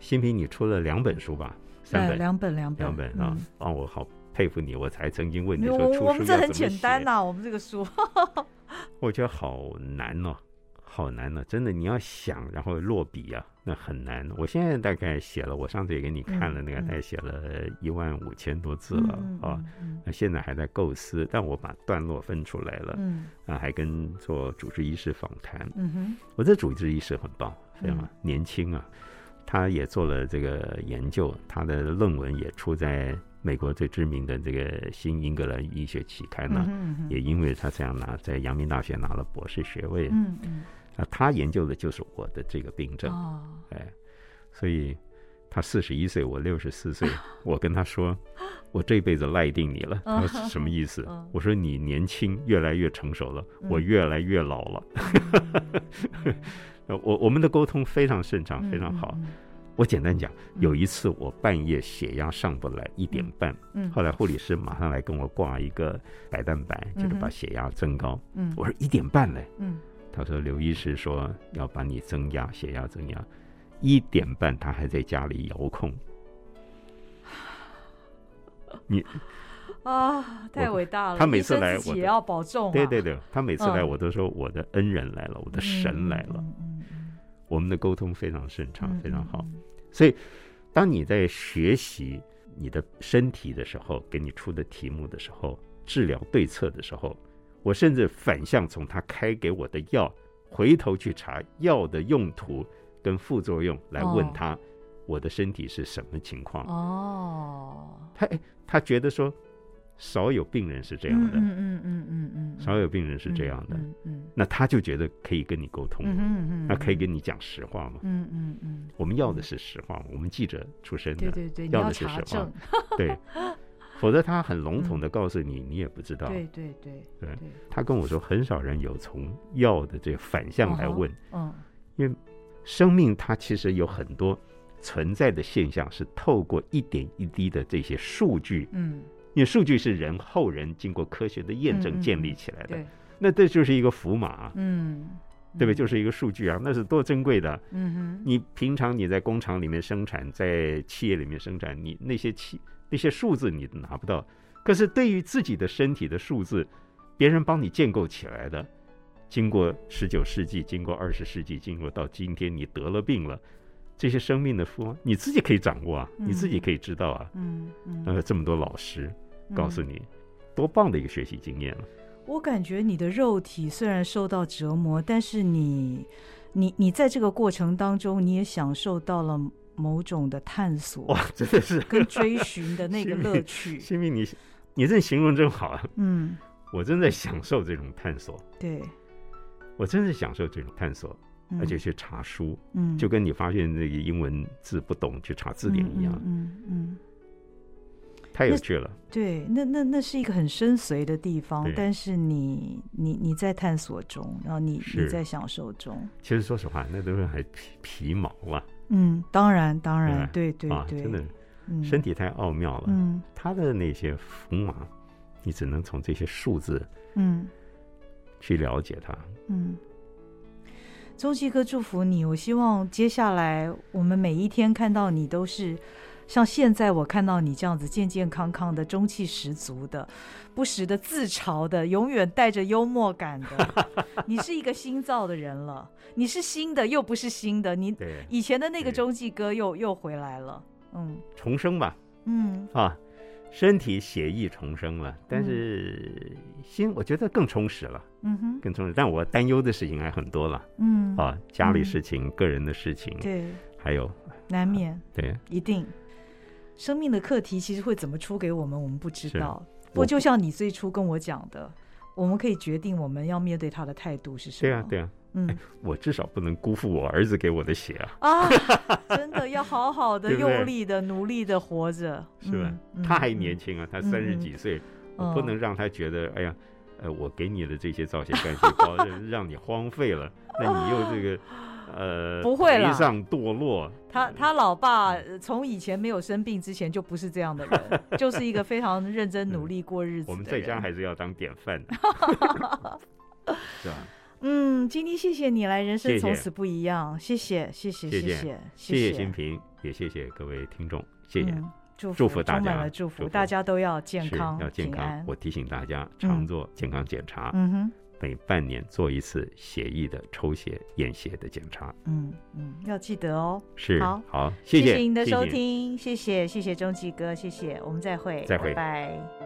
Speaker 2: 新平你出了两本书吧？三
Speaker 1: 呃
Speaker 2: 本，
Speaker 1: 两本两本
Speaker 2: 两本啊
Speaker 1: 嗯，
Speaker 2: 啊，我好佩服你，我才曾经问你
Speaker 1: 没有，
Speaker 2: 说
Speaker 1: 我
Speaker 2: 出
Speaker 1: 我
Speaker 2: 书
Speaker 1: 们这
Speaker 2: 要
Speaker 1: 很
Speaker 2: 怎么
Speaker 1: 简单
Speaker 2: 写
Speaker 1: 呐、我们这个书，
Speaker 2: 我觉得好难哦，好难哦，真的，你要想然后落笔啊，那很难。我现在大概写了，我上次也给你看了那
Speaker 1: 嗯
Speaker 2: 个，
Speaker 1: 嗯
Speaker 2: 大概写了一万五千多字了
Speaker 1: 嗯
Speaker 2: 啊。，
Speaker 1: 嗯
Speaker 2: 那现在还在构思，但我把段落分出来了，
Speaker 1: 嗯
Speaker 2: 啊，还跟做主治医师访谈。
Speaker 1: 嗯嗯
Speaker 2: 我这主治医师很棒，非常
Speaker 1: 嗯
Speaker 2: 年轻啊，他也做了这个研究，他的论文也出在美国最知名的这个新英格兰医学期刊
Speaker 1: 哼，
Speaker 2: 呢、
Speaker 1: 嗯哼
Speaker 2: 也因为他这样拿，在阳明大学拿了博士学位，
Speaker 1: 嗯嗯
Speaker 2: 那他研究的就是我的这个病症，
Speaker 1: 哦，
Speaker 2: 哎，所以他四十一岁，我六十
Speaker 1: [laughs]
Speaker 2: 四岁，我跟他说，我这辈子赖定你了。
Speaker 1: 哦
Speaker 2: 他说什么意思
Speaker 1: 嗯？
Speaker 2: 我说你年轻，越来越成熟了，
Speaker 1: 嗯
Speaker 2: 我越来越老了。呃我我们的沟通非常顺畅，非
Speaker 1: 嗯
Speaker 2: 常好。我简单讲，有一次我半夜血压上不来，一点半，
Speaker 1: 嗯，嗯，
Speaker 2: 后来护理师马上来跟我挂一个白蛋白，就是
Speaker 1: 嗯
Speaker 2: 把
Speaker 1: 哼
Speaker 2: 血压增高。
Speaker 1: 嗯
Speaker 2: 我说一点半嘞，
Speaker 1: 嗯
Speaker 2: 他说刘医师说要把你增压，血压增压。一点半他还在家里遥控，
Speaker 1: 啊，太伟大了，
Speaker 2: 他每
Speaker 1: 医
Speaker 2: 次
Speaker 1: 生
Speaker 2: 来
Speaker 1: 自己
Speaker 2: 我
Speaker 1: 也
Speaker 2: 都
Speaker 1: 要保重、啊，
Speaker 2: 对对对，他每次来
Speaker 1: 嗯
Speaker 2: 我都说我的恩人来了，我的
Speaker 1: 嗯，
Speaker 2: 神来了，
Speaker 1: 嗯，嗯嗯
Speaker 2: 我们的沟通非常顺畅，
Speaker 1: 嗯
Speaker 2: 非常好。
Speaker 1: 嗯
Speaker 2: 所以，当你在学习你的身体的时候，给你出的题目的时候，治疗对策的时候，我甚至反向从他开给我的药，回头去查药的用途跟副作用，来问
Speaker 1: 哦
Speaker 2: 他我的身体是什么情况。
Speaker 1: 嗯哦，
Speaker 2: 他哎他觉得说，少有病人是这样的，
Speaker 1: 嗯嗯嗯嗯嗯嗯，
Speaker 2: 少有病人是这样的，
Speaker 1: 嗯嗯
Speaker 2: 那他就觉得可以跟你沟通，
Speaker 1: 嗯嗯嗯，
Speaker 2: 那可以
Speaker 1: 给，
Speaker 2: 跟你讲实话吗？
Speaker 1: 嗯嗯嗯，
Speaker 2: 我们要的是实话，我们记者出身
Speaker 1: 对，
Speaker 2: 的
Speaker 1: 对对，你
Speaker 2: 要
Speaker 1: 要
Speaker 2: 的是
Speaker 1: 查
Speaker 2: 实话
Speaker 1: 证，
Speaker 2: [laughs]
Speaker 1: [laughs]
Speaker 2: 对，否则他很笼统的告诉你，你也不知道。
Speaker 1: 嗯对对对
Speaker 2: 对
Speaker 1: 对，
Speaker 2: 他跟我说，很少人有从药的这个反向来问，
Speaker 1: 嗯
Speaker 2: 生命它其实有很多存在的现象，是透过一点一滴的这些数据，
Speaker 1: 嗯，
Speaker 2: 因为数据是人后人经过科学的验
Speaker 1: 嗯嗯
Speaker 2: 证
Speaker 1: 嗯
Speaker 2: 建立起来的，
Speaker 1: 对，
Speaker 2: 那这就是一个符码啊、
Speaker 1: 嗯，，
Speaker 2: 对不对？就是是一个数据啊，那是多珍贵的啊。
Speaker 1: 嗯哼，
Speaker 2: 你平常你在工厂里面生产，在企业里面生产，你那些企那些数字你拿不到，可是对于自己的身体的数字，别人帮你建构起来的，经过十九世纪，经过二十世纪，经过到今天，你得了病了，这些生命的符号你自己可以掌握啊，
Speaker 1: 嗯
Speaker 2: 你自己可以知道啊。
Speaker 1: 嗯嗯，
Speaker 2: 呃，这么多老师呃告诉
Speaker 1: 嗯
Speaker 2: 你，多棒的一个学习经验了。啊
Speaker 1: 我感觉你的肉体虽然受到折磨，但是你，你，你在这个过程当中，你也享受到了某种的探索
Speaker 2: 哇， [laughs] 真的是
Speaker 1: 跟追寻的那个乐趣。
Speaker 2: 新民，你你这形容真好啊！
Speaker 1: 嗯，
Speaker 2: 我正在享受这种探索。
Speaker 1: 对，
Speaker 2: 我真是享受这种探索，
Speaker 1: 嗯
Speaker 2: 而且去查书，
Speaker 1: 嗯，
Speaker 2: 就跟你发现那个英文字不懂去查字典一样，
Speaker 1: 嗯嗯嗯
Speaker 2: 太有趣了。
Speaker 1: 对，那那那是一个很深邃的地方
Speaker 2: 对，
Speaker 1: 但是你你你在探索中，然后你
Speaker 2: 是
Speaker 1: 你在享受中。
Speaker 2: 其实说实话，那都是还皮皮毛啊，
Speaker 1: 嗯，当然当然，
Speaker 2: 对
Speaker 1: 对对
Speaker 2: 啊，
Speaker 1: 对，
Speaker 2: 真的
Speaker 1: 嗯，
Speaker 2: 身体太奥妙了。
Speaker 1: 嗯
Speaker 2: 它的那些符码，你只能从这些数字
Speaker 1: 嗯。
Speaker 2: 去了解它。
Speaker 1: 嗯，周继哥，祝福你！我希望接下来我们每一天看到你都是像现在我看到你这样子健健康康的、中气十足的、不时的自嘲的、永远带着幽默感的。你是一个新造的人了，你是新的又不是新的，你
Speaker 2: 对，
Speaker 1: 以前的那个
Speaker 2: 对
Speaker 1: 周继哥又又回来了。嗯
Speaker 2: 重生吧，
Speaker 1: 嗯
Speaker 2: 啊，身体血液重生了，但是心我觉得更充实了，
Speaker 1: 嗯哼，
Speaker 2: 更充实。但我担忧的事情还很多了
Speaker 1: 嗯，
Speaker 2: 啊，家里事情、个人的事情，
Speaker 1: 对，
Speaker 2: 还有
Speaker 1: 难免
Speaker 2: 对，啊
Speaker 1: 一定。生命的课题其实会怎么出给我们，我们不知
Speaker 2: 是
Speaker 1: 道。不
Speaker 2: 我
Speaker 1: 过就像你最初跟我讲的，我们可以决定我们要面对他的态度是什么。
Speaker 2: 对啊，对啊，
Speaker 1: 嗯
Speaker 2: 我至少不能辜负我儿子给我的血啊，
Speaker 1: 啊， [laughs] 真的要好好的、
Speaker 2: 对不对
Speaker 1: 用力的、努力的活着，
Speaker 2: 是吧
Speaker 1: 嗯？嗯
Speaker 2: 他还年轻啊，他
Speaker 1: 嗯
Speaker 2: 三十
Speaker 1: 嗯
Speaker 2: 几岁，
Speaker 1: 嗯
Speaker 2: 我不能让他觉得，哎呀，呃，我给你的这些造血干细胞让让你荒废
Speaker 1: [laughs]
Speaker 2: 了，那你又这个。呃，
Speaker 1: 不会
Speaker 2: 颓
Speaker 1: 啦
Speaker 2: 丧堕落，
Speaker 1: 他他老爸呃从以前没有生病之前就不是这样的人，就是一个非常认
Speaker 2: [laughs]
Speaker 1: 真努力过日子的人。
Speaker 2: 嗯我们在家还是要当典范
Speaker 1: [laughs]
Speaker 2: 的，是吧？
Speaker 1: 嗯，今天谢谢你来，人生
Speaker 2: 谢谢
Speaker 1: 从此不一样，谢谢谢谢
Speaker 2: 谢谢
Speaker 1: 谢
Speaker 2: 谢
Speaker 1: [laughs] 谢
Speaker 2: 谢新平，也谢谢各位听众，谢谢，
Speaker 1: 嗯祝福
Speaker 2: 祝福大
Speaker 1: 充满
Speaker 2: 家
Speaker 1: 了祝福，
Speaker 2: 祝福
Speaker 1: 大家都要健
Speaker 2: 是
Speaker 1: 康
Speaker 2: 要健
Speaker 1: 平
Speaker 2: 康
Speaker 1: 安。
Speaker 2: 我提啊醒大家，
Speaker 1: 嗯
Speaker 2: 常做健康检查，
Speaker 1: 嗯哼，
Speaker 2: 每半年做一次血液的抽血、验血的检查。
Speaker 1: 嗯嗯，要记得哦。
Speaker 2: 是
Speaker 1: 好
Speaker 2: 好，
Speaker 1: 谢
Speaker 2: 谢
Speaker 1: 您的
Speaker 2: 谢
Speaker 1: 收
Speaker 2: 谢
Speaker 1: 听，谢谢谢谢钟吉哥，谢谢，我们再会，
Speaker 2: 再
Speaker 1: 拜
Speaker 2: 会
Speaker 1: 拜